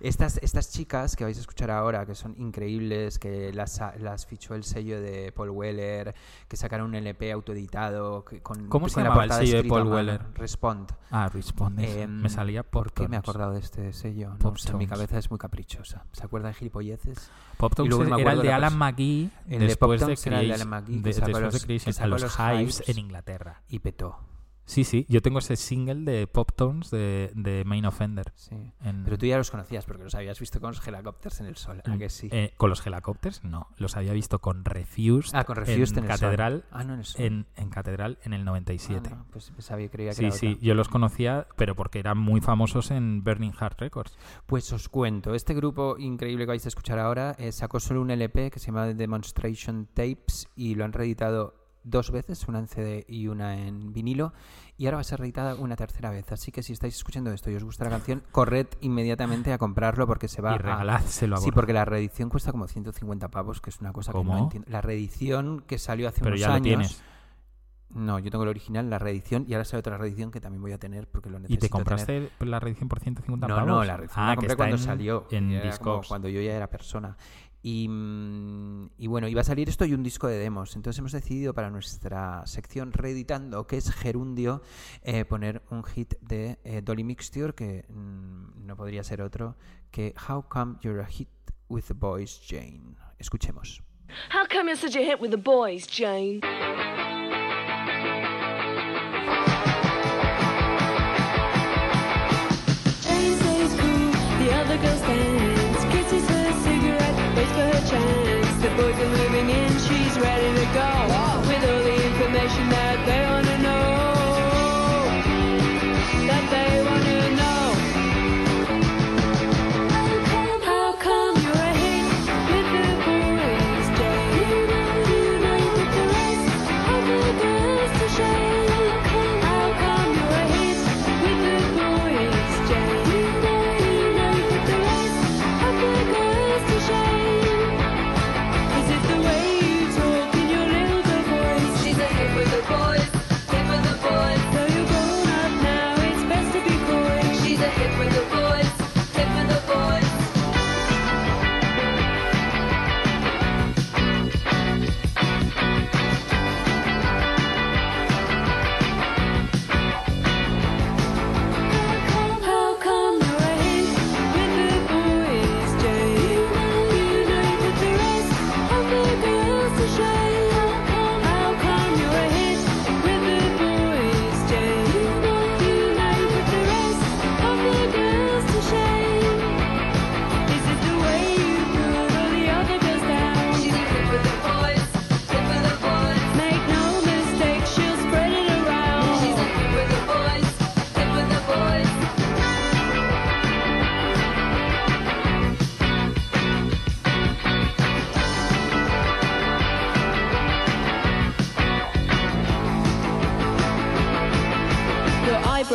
S3: estas, estas chicas que vais a escuchar ahora, que son increíbles, que las, ha- las fichó el sello de Paul Weller, que sacaron un LP autoeditado, que con,
S4: ¿Cómo se
S3: con la
S4: llamaba el
S3: portada
S4: sello de
S3: escrita a
S4: Paul
S3: mano,
S4: Weller?
S3: Respond.
S4: Ah, respondes.
S3: Em,
S4: me salía
S3: ¿Por
S4: por
S3: qué me he
S4: Tones.
S3: acordado de este sello? No,
S4: Pop
S3: o sea, mi
S4: Tones.
S3: cabeza es muy caprichosa. ¿Se acuerdan de gilipolleces?
S4: Pop Tones
S3: Y luego no me
S4: era el
S3: acuerdo
S4: de
S3: la
S4: Alan
S3: persona.
S4: McGee
S3: El de
S4: después
S3: Pop
S4: de,
S3: Tones era el de Alan
S4: Creation-
S3: McGee, que
S4: de-
S3: sacó
S4: después de
S3: los-
S4: Creation
S3: que sacó
S4: a los,
S3: los
S4: Hives,
S3: Hives.
S4: en Inglaterra.
S3: Y petó,
S4: Sí, sí, yo tengo ese single de Pop Tones de, de Main Offender.
S3: sí.
S4: en-
S3: Pero tú ya los conocías porque los habías visto con los helicópteros en el sol, ¿a que sí?
S4: eh, con los helicópteros, no. Los había visto con Refused,
S3: ah, con Refused en,
S4: en,
S3: el Sol.
S4: Catedral,
S3: Ah, no, en el sol.
S4: en, en Catedral en el
S3: Ah,
S4: 97.
S3: no, pues sabía, creía que
S4: Sí,
S3: era
S4: sí,
S3: otra.
S4: yo los conocía, pero porque eran muy famosos en Burning Heart Records.
S3: Pues os cuento, este grupo increíble que vais a escuchar ahora eh, sacó solo un LP que se llama The Demonstration Tapes y lo han reeditado dos veces, una en CD y una en vinilo, y ahora va a ser reeditada una tercera vez. Así que si estáis escuchando esto y os gusta la canción, corred inmediatamente a comprarlo porque se va
S4: y regaládselo
S3: a...
S4: a
S3: Sí,
S4: Borja.
S3: porque la reedición cuesta como 150 pavos, que es una cosa que
S4: ¿Cómo?
S3: no entiendo. La reedición que salió hace
S4: Pero
S3: unos
S4: ya
S3: años...
S4: lo tienes.
S3: No, yo tengo el original, la reedición, y ahora sale otra reedición que también voy a tener porque lo
S4: ¿Y
S3: necesito
S4: te
S3: tener.
S4: compraste la reedición por 150
S3: No,
S4: pavos?
S3: no, la reedición
S4: ah,
S3: la
S4: que
S3: compré
S4: está
S3: cuando
S4: en,
S3: salió.
S4: En
S3: ya era como
S4: Discogs.
S3: cuando yo ya era persona. Y, mm, y bueno, iba a salir esto y un disco de demos. Entonces hemos decidido para nuestra sección reeditando, que es Gerundio, eh, poner un hit de eh, Dolly Mixture, que mm, no podría ser otro, que How Come You're a Hit with the Boys Jane. Escuchemos.
S7: How come you're such a hit with the boys, Jane? Thursday's cool, the other girls dance. Kisses her cigarette, waits for her chance. The boys are moving in, she's ready to go. With all the information that they wanna know. That they wanna know. How come you're a hit with the boys, Jane? You know, you know, with the rest. How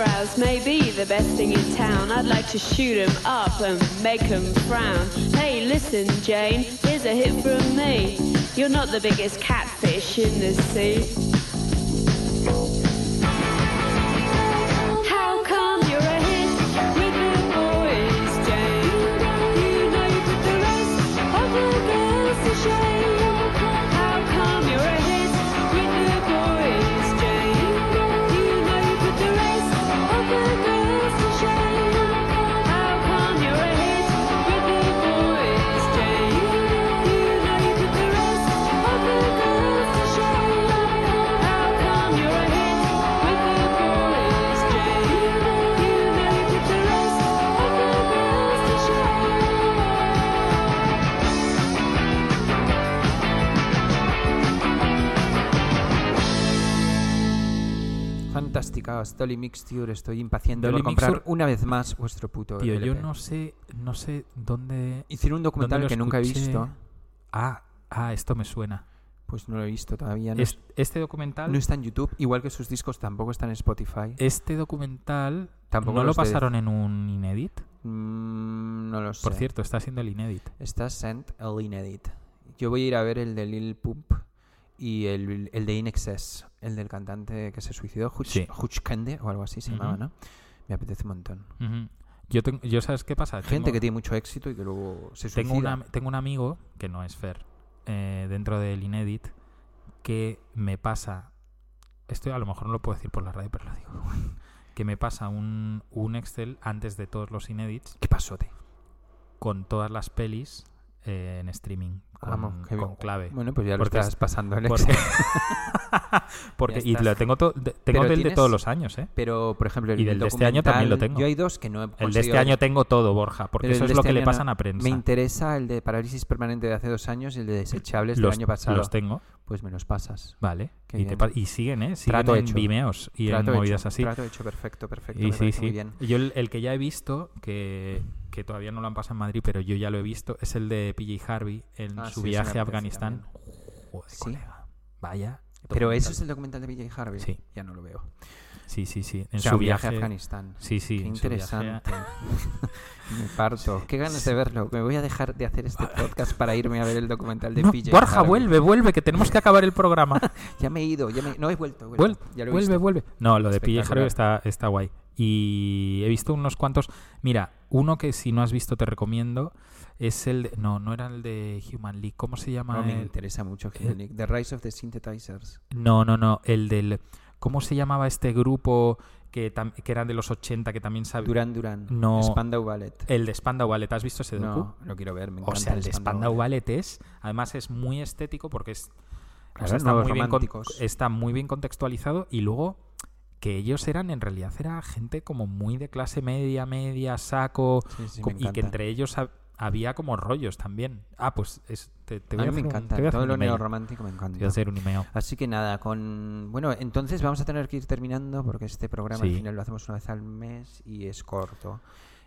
S7: house may be the best thing in town. I'd like to shoot 'em up and make 'em frown. Hey, listen, Jane, here's a hit from me. You're not the biggest catfish in the sea. How come you're a hit with the boys, Jane? You know you put the rest of the girls to shame. How come you're a hit with the boys, Jane? You know you put the rest of the girls to shame. How come you're a hit with the boys, Jane? You know you put the rest of the girls to shame. How come you're a hit with the boys, Jane? You know you put the rest of the girls to shame.
S3: Fantástica, Dolly Mixture, estoy impaciente por
S4: Dolly
S3: comprar
S4: Mixture-
S3: una vez más vuestro puto
S4: Tío, yo
S3: LP.
S4: no sé, no sé dónde.
S3: Hicieron un documental
S4: ¿Dónde
S3: que
S4: lo
S3: nunca he
S4: escuché?
S3: visto,
S4: Ah, ah, esto me suena.
S3: pues no lo he visto todavía. No,
S4: Es- Este documental,
S3: no está en YouTube, igual que sus discos tampoco están en Spotify.
S4: este documental,
S3: Tampoco
S4: ¿no lo
S3: los de-
S4: pasaron en un inedit?
S3: Mm, no lo sé.
S4: Por cierto, está siendo el inedit.
S3: Está Sent el Inedit. Yo voy a ir a ver el de Lil Pump y el, el de Inexcess, el del cantante que se suicidó, Hutch,
S4: Sí.
S3: Kende o algo así se
S4: Ujú.
S3: llamaba, ¿no? Me apetece un montón.
S4: Ujú. Yo, tengo- yo sabes qué pasa.
S3: Gente
S4: Tengo-
S3: que tiene mucho éxito y que luego se suicida.
S4: tengo, una- tengo un amigo, que no es Fer, eh, dentro del Inedit, que me pasa. Esto a lo mejor no lo puedo decir por la radio, pero lo digo. Que me pasa un, un Excel antes de todos los Inedits
S3: ¿Qué pasó, tío?
S4: con todas las pelis eh, en streaming, con,
S3: Vamos, qué
S4: con
S3: bien.
S4: clave.
S3: Bueno, pues ya lo
S4: Porque
S3: estás
S4: es-
S3: pasando el
S4: Porque,
S3: Excel.
S4: porque-
S3: Ya
S4: y
S3: está.
S4: lo tengo, to- de- tengo
S3: Pero
S4: del de
S3: tienes-
S4: todos los años, ¿eh?
S3: Pero, por ejemplo, el
S4: Y del de este año
S3: documental-
S4: también lo tengo.
S3: Yo hay dos que no he
S4: El de
S3: conseguido
S4: este año
S3: ver,
S4: tengo todo, Borja, porque
S3: Pues pero
S4: eso
S3: el
S4: es
S3: de
S4: lo
S3: este
S4: que le
S3: año no.
S4: pasan a prensa.
S3: Me interesa el de Parálisis Permanente de hace dos años y el de Desechables del
S4: los,
S3: año pasado.
S4: los tengo,
S3: Pues me los pasas.
S4: vale.
S3: Qué
S4: Y, te
S3: bien.
S4: pa- y siguen, ¿eh? Siguen
S3: Trato
S4: en
S3: hecho.
S4: Vimeos y
S3: Trato
S4: en movidas
S3: hecho,
S4: así.
S3: Trato hecho, perfecto, perfecto.
S4: Y
S3: me
S4: sí,
S3: parece
S4: sí.
S3: Muy bien.
S4: Yo el, el que ya he visto, que, que todavía no lo han pasado en Madrid, pero yo ya lo he visto, es el de PJ Harvey en
S3: Ah, sí,
S4: su
S3: ese me
S4: viaje
S3: apetece
S4: a Afganistán. Joder,
S3: Sí.
S4: colega. Vaya.
S3: Pero eso
S4: documental.
S3: es el documental de PJ Harvey.
S4: Sí.
S3: Ya no lo veo.
S4: Sí, sí, sí. En
S3: O sea,
S4: su
S3: un viaje,
S4: viaje,
S3: a Afganistán.
S4: Sí, sí.
S3: Qué
S4: en su viaje a-
S3: interesante. Me parto. Qué ganas de verlo. Me voy a dejar de hacer este podcast para irme a ver el documental de
S4: No,
S3: PJ.
S4: Borja,
S3: Harvey.
S4: vuelve, vuelve, que tenemos que acabar el programa.
S3: Ya me he ido. Ya me... No, he vuelto. he
S4: Vuel-
S3: vuelto. Ya lo he
S4: vuelve,
S3: visto.
S4: vuelve. No, lo de PJ Harvey
S3: Espectacular.
S4: está, está guay. Y he visto unos cuantos. Mira, uno que si no has visto te recomiendo es el. de- no, no era el de Human League. ¿Cómo se llama?
S3: No me
S4: el-
S3: interesa mucho Human League. The Rise of the Synthesizers.
S4: no, no, no, El del. ¿Cómo se llamaba este grupo que, tam- que eran de los 80 que también sabía?
S3: Duran Duran.
S4: Eh, No.
S3: Spandau Ballet.
S4: El de Spandau Ballet. ¿Has visto ese docu?
S3: No, lo quiero ver. Me
S4: O
S3: encanta
S4: sea, el de Spandau
S3: Ballet.
S4: Ballet es, además es muy estético porque es, o
S3: Claro,
S4: sea, está,
S3: nuevos
S4: muy bien con-
S3: románticos.
S4: está muy bien contextualizado y luego que ellos eran, en realidad era gente como muy de clase media, media, saco,
S3: Sí, sí, me
S4: co- y que
S3: encanta.
S4: entre ellos ha- había como rollos también. Ah, pues es- te, te
S3: A
S4: voy a
S3: mí me
S4: hacer un-
S3: encanta.
S4: te voy a hacer
S3: Todo
S4: un
S3: lo
S4: email.
S3: neorromántico me
S4: Te
S3: encanta.
S4: voy a hacer un email.
S3: Así que nada, con bueno, entonces vamos a tener que ir terminando porque este programa
S4: Sí.
S3: al final lo hacemos una vez al mes y es corto.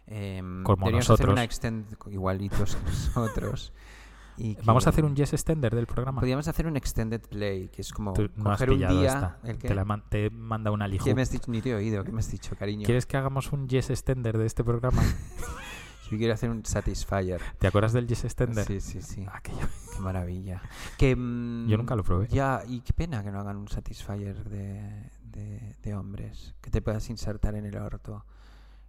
S3: Eh,
S4: Como
S3: deberíamos hacer
S4: nosotros.
S3: una extend igualitos que nosotros. Y que-
S4: Vamos a hacer un Yes Extender del programa.
S3: Podríamos hacer un extended play, que es como
S4: Tú no has
S3: coger un
S4: pillado
S3: día.
S4: esta.
S3: ¿el qué?
S4: Te, la man- te manda una lija.
S3: ¿Qué me has dicho? Ni te he oído. ¿Qué me has dicho, cariño?
S4: ¿Quieres que hagamos un Yes Extender de este programa?
S3: Yo quiero hacer un satisfier.
S4: ¿Te acuerdas del Yes Extender?
S3: Sí, sí, sí.
S4: Aquello.
S3: Qué maravilla. Que, mm,
S4: Yo nunca lo probé.
S3: Ya, y qué pena que no hagan un satisfier de, de, de hombres, que te puedas insertar en el orto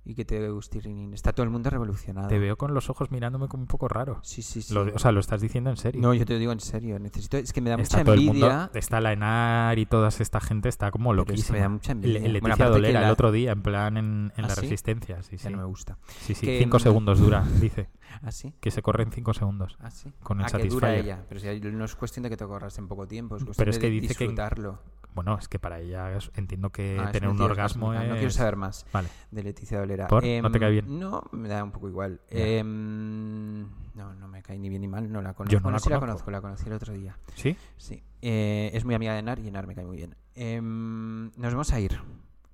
S3: y que te guste ir in- Está todo el mundo revolucionado.
S4: Te veo con los ojos mirándome como un poco raro.
S3: Sí, sí, sí.
S4: Lo- o sea, lo estás diciendo en serio.
S3: no, yo te lo digo en serio. Necesito, es que me da
S4: está
S3: mucha
S4: todo el
S3: envidia.
S4: mundo, está la ENAR y toda esta gente está como
S3: Pero es que me
S4: loquísima.
S3: da mucha envidia.
S4: Le-
S3: Bueno,
S4: Leticia
S3: aparte que
S4: Dolera
S3: la-
S4: el otro día, en plan en, en
S3: ¿Ah,
S4: la
S3: sí?
S4: resistencia. Sí,
S3: Ya
S4: sí.
S3: no me gusta.
S4: sí, sí.
S3: Que,
S4: cinco
S3: mm,
S4: segundos dura, dice.
S3: ¿Así?
S4: Que se corren cinco segundos.
S3: ¿Así?
S4: Con el
S3: ah, que dura
S4: Satisfyer.
S3: ella. Pero si hay- no es cuestión de que te corras en poco tiempo, es
S4: Pero
S3: cuestión
S4: es que
S3: de
S4: dice que-
S3: disfrutarlo.
S4: Bueno, es que para ella es- entiendo que
S3: Ah, es
S4: tener un
S3: mentira,
S4: orgasmo
S3: ah,
S4: es...
S3: No quiero saber más.
S4: Vale.
S3: de Leticia Dolera.
S4: ¿Por? ¿No te
S3: Em,
S4: cae bien?
S3: No, me da un poco igual.
S4: Ya.
S3: Em, no, no me cae ni bien ni mal, no la conozco.
S4: Yo no
S3: Bueno,
S4: la
S3: sí la
S4: conozco.
S3: conozco, la conocí el otro día.
S4: ¿Sí?
S3: Sí. Eh, es muy amiga de Nar y Nar me cae muy bien. Em, nos vamos a ir.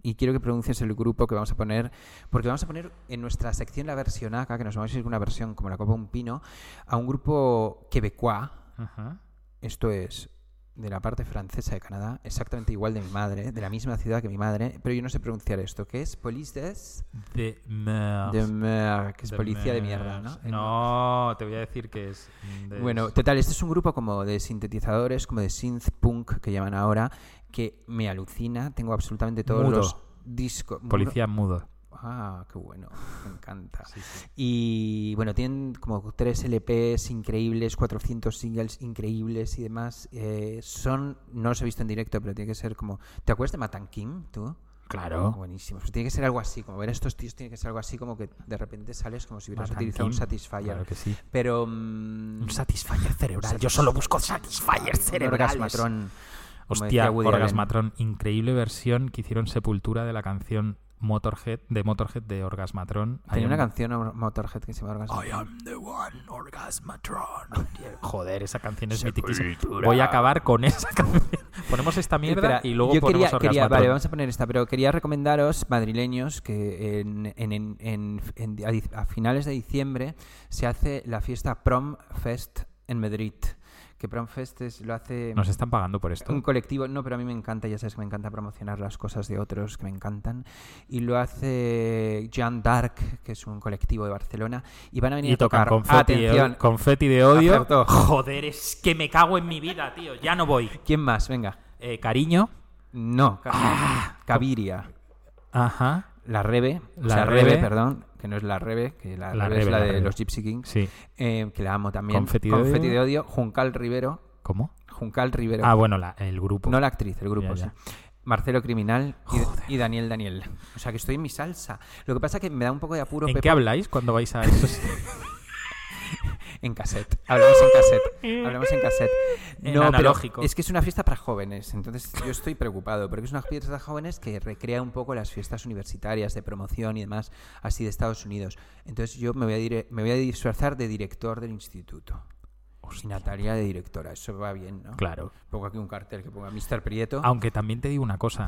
S3: Y quiero que pronuncies el grupo que vamos a poner, porque vamos a poner en nuestra sección la versión acá, que nos vamos a ir con una versión como la Copa Un Pino, a un grupo quebecuá,
S4: Ajá.
S3: esto es de la parte francesa de Canadá, exactamente igual de mi madre, de la misma ciudad que mi madre, pero yo no sé pronunciar esto, que es Police des
S4: De mer-
S3: de mer- que es
S4: Ah. de
S3: policía de
S4: mer-
S3: mierda, ¿no?
S4: No, te voy a decir que es. de-
S3: Bueno, total, este es un grupo como de sintetizadores, como de synth punk que llaman ahora, que me alucina. Tengo absolutamente todos
S4: Mudo.
S3: los discos.
S4: Policía mudo.
S3: Ah, qué bueno, me encanta.
S4: Sí, sí.
S3: Y bueno, tienen como tres LPs increíbles, 400 singles increíbles y demás. Eh, son, no los he visto en directo, pero tiene que ser como. ¿Te acuerdas de Matan King, tú?
S4: Claro.
S3: Buenísimo. Pues tiene que ser algo así, como ver a estos tíos, tiene que ser algo así como que de repente sales como si hubieras
S4: Matan
S3: utilizado un
S4: King,
S3: Satisfyer.
S4: claro que sí.
S3: Pero. mm,
S4: Un satisfyer cerebral. Yo solo busco satisfyer
S3: un
S4: cerebrales.
S3: Orgasmatron. como
S4: Hostia,
S3: decía Woody Allen.
S4: Orgasmatron, increíble versión que hicieron Sepultura de la canción Motorhead, de Motorhead de Orgasmatron. Hay
S3: Tenía una
S4: un-
S3: canción Or- Motorhead que se llama Orgasmatron.
S4: I am the one, Orgasmatron. Joder, esa canción es mitiquísima. Voy a acabar con esa canción. Ponemos esta mierda
S3: Espera,
S4: y luego
S3: yo
S4: ponemos
S3: quería, quería-
S4: Orgasmatron.
S3: Vale, vamos a poner esta, pero quería recomendaros, madrileños, que en, en- en- en- en- a, dic- a finales de diciembre se hace la fiesta Prom Fest en Madrid. Que Prom Fest es- lo hace
S4: Nos están pagando por esto.
S3: un colectivo, no, pero a mí me encanta, ya sabes que me encanta promocionar las cosas de otros que me encantan. Y lo hace Jean d'Arc, que es un colectivo de Barcelona, y van a venir
S4: Y
S3: a tocar.
S4: tocan confeti, de-
S3: Atención,
S4: confeti de odio.
S3: Acertó.
S4: Joder, es que me cago en mi vida, tío. Ya no voy.
S3: ¿quién más? Venga.
S4: Eh, cariño.
S3: No, Ca- Caviria.
S4: Ajá.
S3: La Rebe, o
S4: Ah. La
S3: sea, Rebe,
S4: Rebe.
S3: perdón, que no es la Rebe, que la,
S4: La
S3: Rebe,
S4: Rebe,
S3: es la,
S4: la
S3: de
S4: Rebe.
S3: los Gypsy Kings,
S4: Sí.
S3: eh, que la amo también.
S4: Confeti de odio.
S3: de odio. Juncal Rivero,
S4: ¿Cómo?
S3: Juncal Rivero,
S4: Ah, bueno, la- el grupo.
S3: no la actriz, el grupo,
S4: Ya, ya.
S3: sí. Marcelo Criminal y- y, Daniel Daniel. O sea, que estoy en mi salsa. Lo que pasa que me da un poco de apuro
S4: ¿En
S3: Pepa,
S4: qué habláis cuando vais a esos?
S3: en cassette. Hablamos en cassette. Hablamos en cassette.
S4: En
S3: pero
S4: analógico.
S3: es que es una fiesta para jóvenes, entonces yo estoy preocupado, porque es una fiesta para jóvenes que recrea un poco las fiestas universitarias de promoción y demás, así de Estados Unidos. Entonces yo me voy a, dire- me voy a disfrazar de director del instituto. Y Natalia de directora, eso va bien, ¿no?
S4: Claro.
S3: Pongo aquí un cartel que ponga Mr. Prieto.
S4: Aunque también te digo una cosa.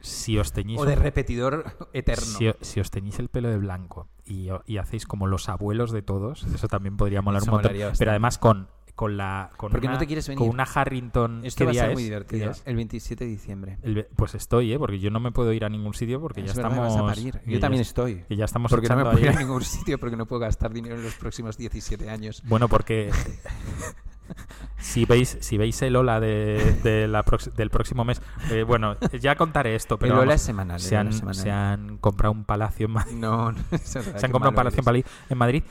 S4: Si os teñís
S3: o de
S4: un-
S3: repetidor eterno.
S4: si, o- si os teñís el pelo de blanco y, o- y hacéis como los abuelos de todos, eso también podría molar
S3: Eso
S4: un montón.
S3: molaría bastante.
S4: Pero además con, con la con
S3: Porque
S4: una,
S3: no te quieres
S4: con
S3: venir.
S4: una Harrington
S3: Esto
S4: Mm, ¿qué
S3: va a
S4: día
S3: ser
S4: es?
S3: muy
S4: ¿Qué día
S3: divertido.
S4: es?
S3: El 27 de diciembre.
S4: El ve- pues estoy, ¿eh? porque yo no me puedo ir a ningún sitio porque ya
S3: Es verdad, me
S4: estamos.
S3: vas a parir.
S4: que
S3: Yo
S4: ya
S3: también
S4: es-
S3: estoy.
S4: que ya estamos
S3: Porque no me
S4: echando
S3: puedo ir
S4: ahí-
S3: a ningún sitio porque no puedo gastar dinero en los próximos 17 años.
S4: Bueno, porque si veis, si veis el Ola de, de la prox- del próximo mes, eh, bueno, ya contaré esto, pero
S3: El Ola
S4: vamos,
S3: es semanal, el
S4: Se
S3: Ola
S4: han,
S3: es semanal.
S4: se han comprado un palacio en Madrid.
S3: No, no es verdad,
S4: Se han
S3: qué
S4: comprado
S3: malo
S4: un palacio en
S3: eres.
S4: Madrid, en Madrid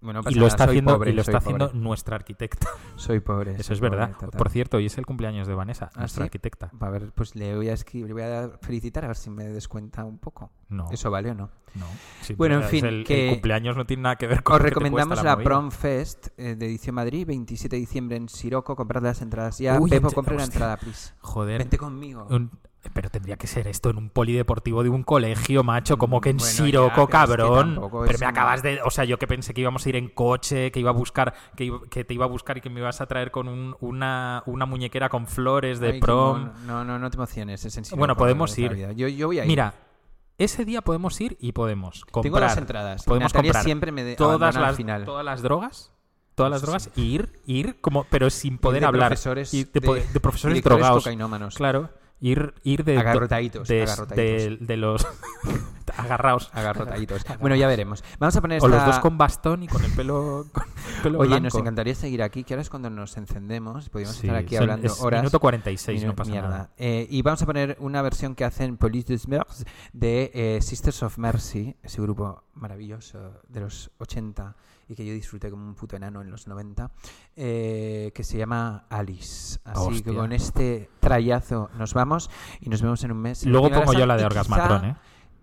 S3: Bueno, no
S4: y
S3: pasa
S4: lo
S3: nada,
S4: está
S3: soy
S4: haciendo,
S3: pobre,
S4: y lo
S3: soy
S4: está
S3: pobre.
S4: haciendo nuestra arquitecta.
S3: Soy pobre.
S4: Eso
S3: soy
S4: es verdad.
S3: pobre, total.
S4: Por cierto, hoy es el cumpleaños de Vanessa,
S3: ¿Ah,
S4: nuestra
S3: sí?
S4: arquitecta.
S3: A ver, pues le voy a escribir, le voy a dar- felicitar a ver si me descuenta un poco.
S4: No.
S3: ¿Eso vale o no?
S4: No, sí,
S3: Bueno, en
S4: es
S3: fin,
S4: el, el
S3: que-
S4: cumpleaños no tiene nada que ver con
S3: Os
S4: lo que te cuesta
S3: recomendamos la,
S4: movida.
S3: Prom Fest eh, de Edición Madrid, 27 de diciembre en Siroco. Comprad las entradas ya.
S4: Uy,
S3: Pepo,
S4: ent-
S3: compra una
S4: hostia.
S3: entrada, please.
S4: Joder.
S3: Vente conmigo.
S4: Un- Pero tendría que ser esto en un polideportivo de un colegio, macho, como que en
S3: Bueno,
S4: Siroco,
S3: ya, pero es que
S4: cabrón.
S3: tampoco
S4: pero
S3: es
S4: me
S3: un-
S4: acabas de. O sea, yo que pensé que íbamos a ir en coche, que iba a buscar, que, iba- que te iba a buscar y que me ibas a traer con un- una, una muñequera con flores de
S3: Ay, qué
S4: prom.
S3: mono. No, no, no te emociones. es en Siroco,
S4: Bueno, podemos
S3: de verdad,
S4: ir.
S3: vida. Yo, yo voy a ir.
S4: Mira, ese día podemos ir y podemos comprar.
S3: Tengo las entradas.
S4: Podemos
S3: Natalia
S4: comprar
S3: siempre me de-
S4: todas
S3: abandona al
S4: las,
S3: final.
S4: todas las drogas. Todas las drogas, y ir, ir, como, pero sin poder
S3: de
S4: hablar.
S3: profesores
S4: Y de, po-
S3: de-
S4: de profesores
S3: directores
S4: drogados.
S3: cocainómanos.
S4: Claro. Ir, ir de.
S3: Agarrotaditos,
S4: De,
S3: agarrotaditos.
S4: de- de los. agarrados.
S3: Agarrotaditos. bueno, ya veremos. Vamos a poner
S4: O los
S3: esta-
S4: dos con bastón y con el pelo. Con el pelo
S3: Oye,
S4: blanco.
S3: nos encantaría seguir aquí, que ahora es cuando nos encendemos. Podríamos
S4: Sí,
S3: estar aquí
S4: son-
S3: hablando
S4: es
S3: horas.
S4: minuto 46, no
S3: Minu-
S4: pasa
S3: mierda.
S4: nada.
S3: Eh, y vamos a poner una versión que hacen Police des Mœurs de eh, Sisters of Mercy, ese grupo maravilloso de los 80 y que yo disfruté como un puto enano en los 90, eh, que se llama Alice. Así
S4: Hostia.
S3: que con este trayazo nos vamos y nos vemos en un mes.
S4: Luego
S3: En Primera
S4: pongo yo
S3: Sal,
S4: la de
S3: y
S4: Orgasmatron,
S3: quizá,
S4: ¿eh?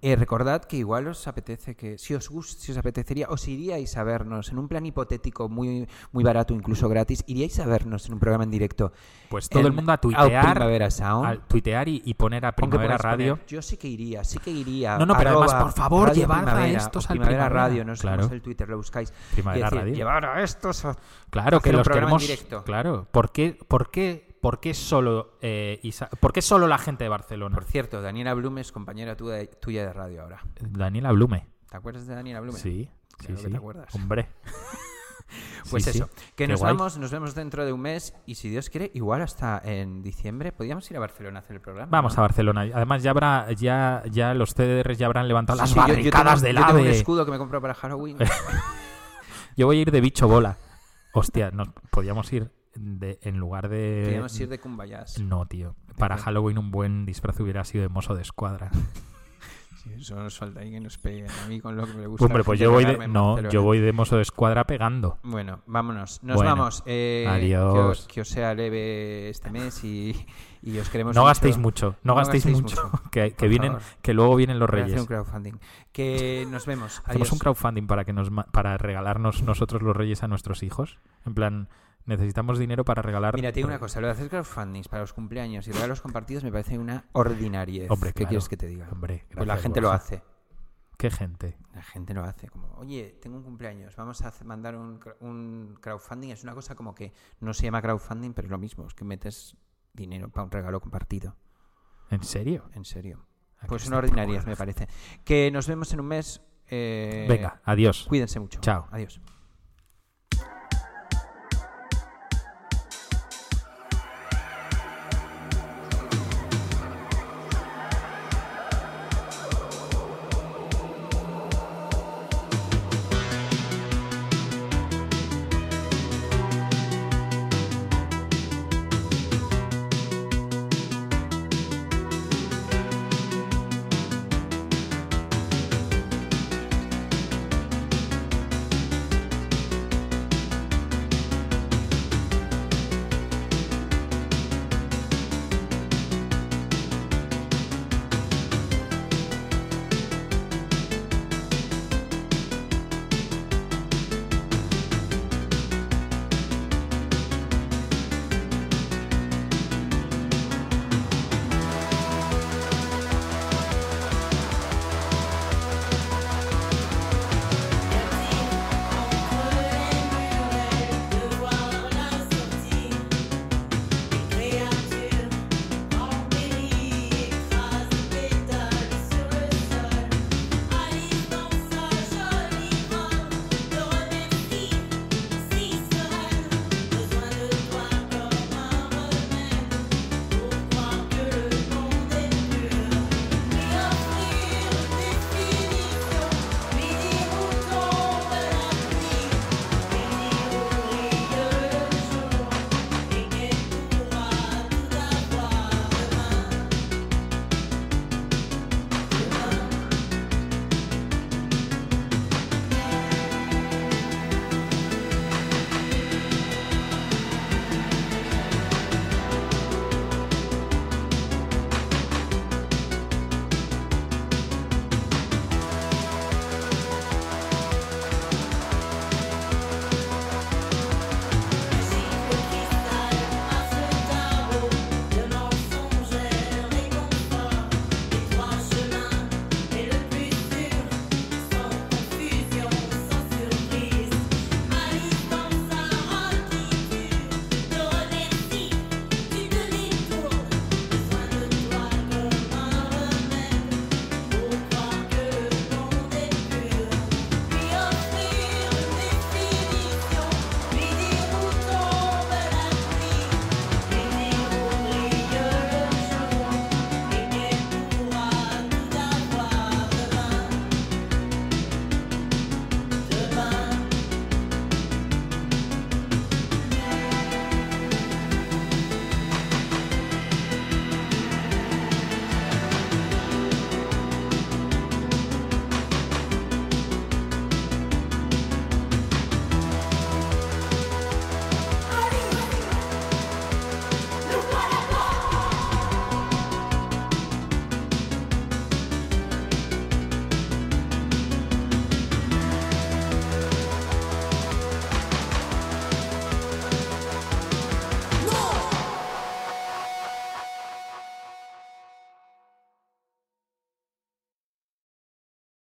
S3: eh, recordad que igual os apetece que, si os gusta, si os apetecería, os iríais a vernos en un plan hipotético muy, muy barato, incluso gratis, iríais a vernos en un programa en directo.
S4: Pues todo
S3: en-
S4: el mundo a tuitear.
S3: Primavera Sound.
S4: a tuitear y, y poner a
S3: Pon que
S4: Primavera
S3: podáis poner,
S4: Radio.
S3: Yo sí que iría, sí que iría.
S4: No, no, pero además,
S3: arroba
S4: por favor,
S3: Radio
S4: llevad a
S3: Primavera
S4: estos
S3: o
S4: al
S3: Primavera
S4: Primavera.
S3: Radio, no sé
S4: Claro.
S3: cómo es el Twitter, lo buscáis. Y
S4: Primavera
S3: decir,
S4: Radio.
S3: Llevar a estos a-
S4: Claro,
S3: hacer
S4: que
S3: un
S4: los
S3: programa en
S4: queremos.
S3: directo.
S4: Claro. ¿Por qué, por qué, por qué solo eh, Isa- por qué solo la gente de Barcelona?
S3: Por cierto, Daniela Blume es compañera tuya de, tuya de radio ahora.
S4: Daniela Blume.
S3: ¿Te acuerdas de Daniela Blume?
S4: Sí,
S3: Claro
S4: sí,
S3: que
S4: sí.
S3: te acuerdas.
S4: Hombre.
S3: Pues
S4: sí,
S3: eso,
S4: sí.
S3: que
S4: Qué
S3: nos
S4: guay.
S3: vamos, nos vemos dentro de un mes y si Dios quiere, igual hasta en diciembre podríamos ir a Barcelona a hacer el programa.
S4: Vamos
S3: ¿no?
S4: a Barcelona. Además, ya habrá, ya, ya los CDRs ya habrán levantado las
S3: Sí, yo- yo tengo-
S4: barricadas del
S3: yo tengo un
S4: AVE.
S3: escudo que me compró para Halloween.
S4: Yo voy a ir de bicho bola. Hostia, nos podíamos ir de, en lugar de.
S3: Podríamos ir de Cumbayas.
S4: No, tío. Para Halloween un buen disfraz hubiera sido de mozo de escuadra.
S3: Pues Sí, eso nos falta ahí que nos peguen a mí con lo que me gusta. ¿eh?
S4: Hombre, pues yo voy de. No, yo voy de mozo de escuadra pegando.
S3: Bueno, vámonos. Nos
S4: Bueno,
S3: vamos. Eh,
S4: adiós.
S3: Que os, que os sea leve este mes y, y os queremos
S4: No
S3: mucho.
S4: gastéis mucho, no, gastéis, mucho. Que, que
S3: Por
S4: vienen,
S3: favor.
S4: que luego vienen los
S3: Voy a hacer
S4: reyes.
S3: un crowdfunding. Que nos vemos.
S4: Hacemos
S3: Adiós.
S4: un crowdfunding para que nos ma- para regalarnos nosotros los reyes a nuestros hijos. En plan, necesitamos dinero para regalar.
S3: Mira, te digo una cosa. Lo de hacer crowdfundings para los cumpleaños y regalos compartidos me parece una ordinariez.
S4: Hombre,
S3: ¿Qué
S4: claro.
S3: quieres que te diga?
S4: Hombre,
S3: pues la
S4: gracias,
S3: gente lo
S4: Borja.
S3: hace.
S4: ¿Qué gente?
S3: La gente lo hace como, oye, tengo un cumpleaños, vamos a hacer- mandar un, cra- un crowdfunding. Es una cosa como que no se llama crowdfunding, pero es lo mismo, es que metes dinero para un regalo compartido,
S4: ¿En serio?
S3: en serio.
S4: Ah,
S3: Pues
S4: que
S3: una
S4: está poco
S3: ordinariedad, me parece. Que nos vemos en un mes. eh,
S4: Venga, adiós.
S3: Cuídense mucho.
S4: Chao.
S3: Adiós.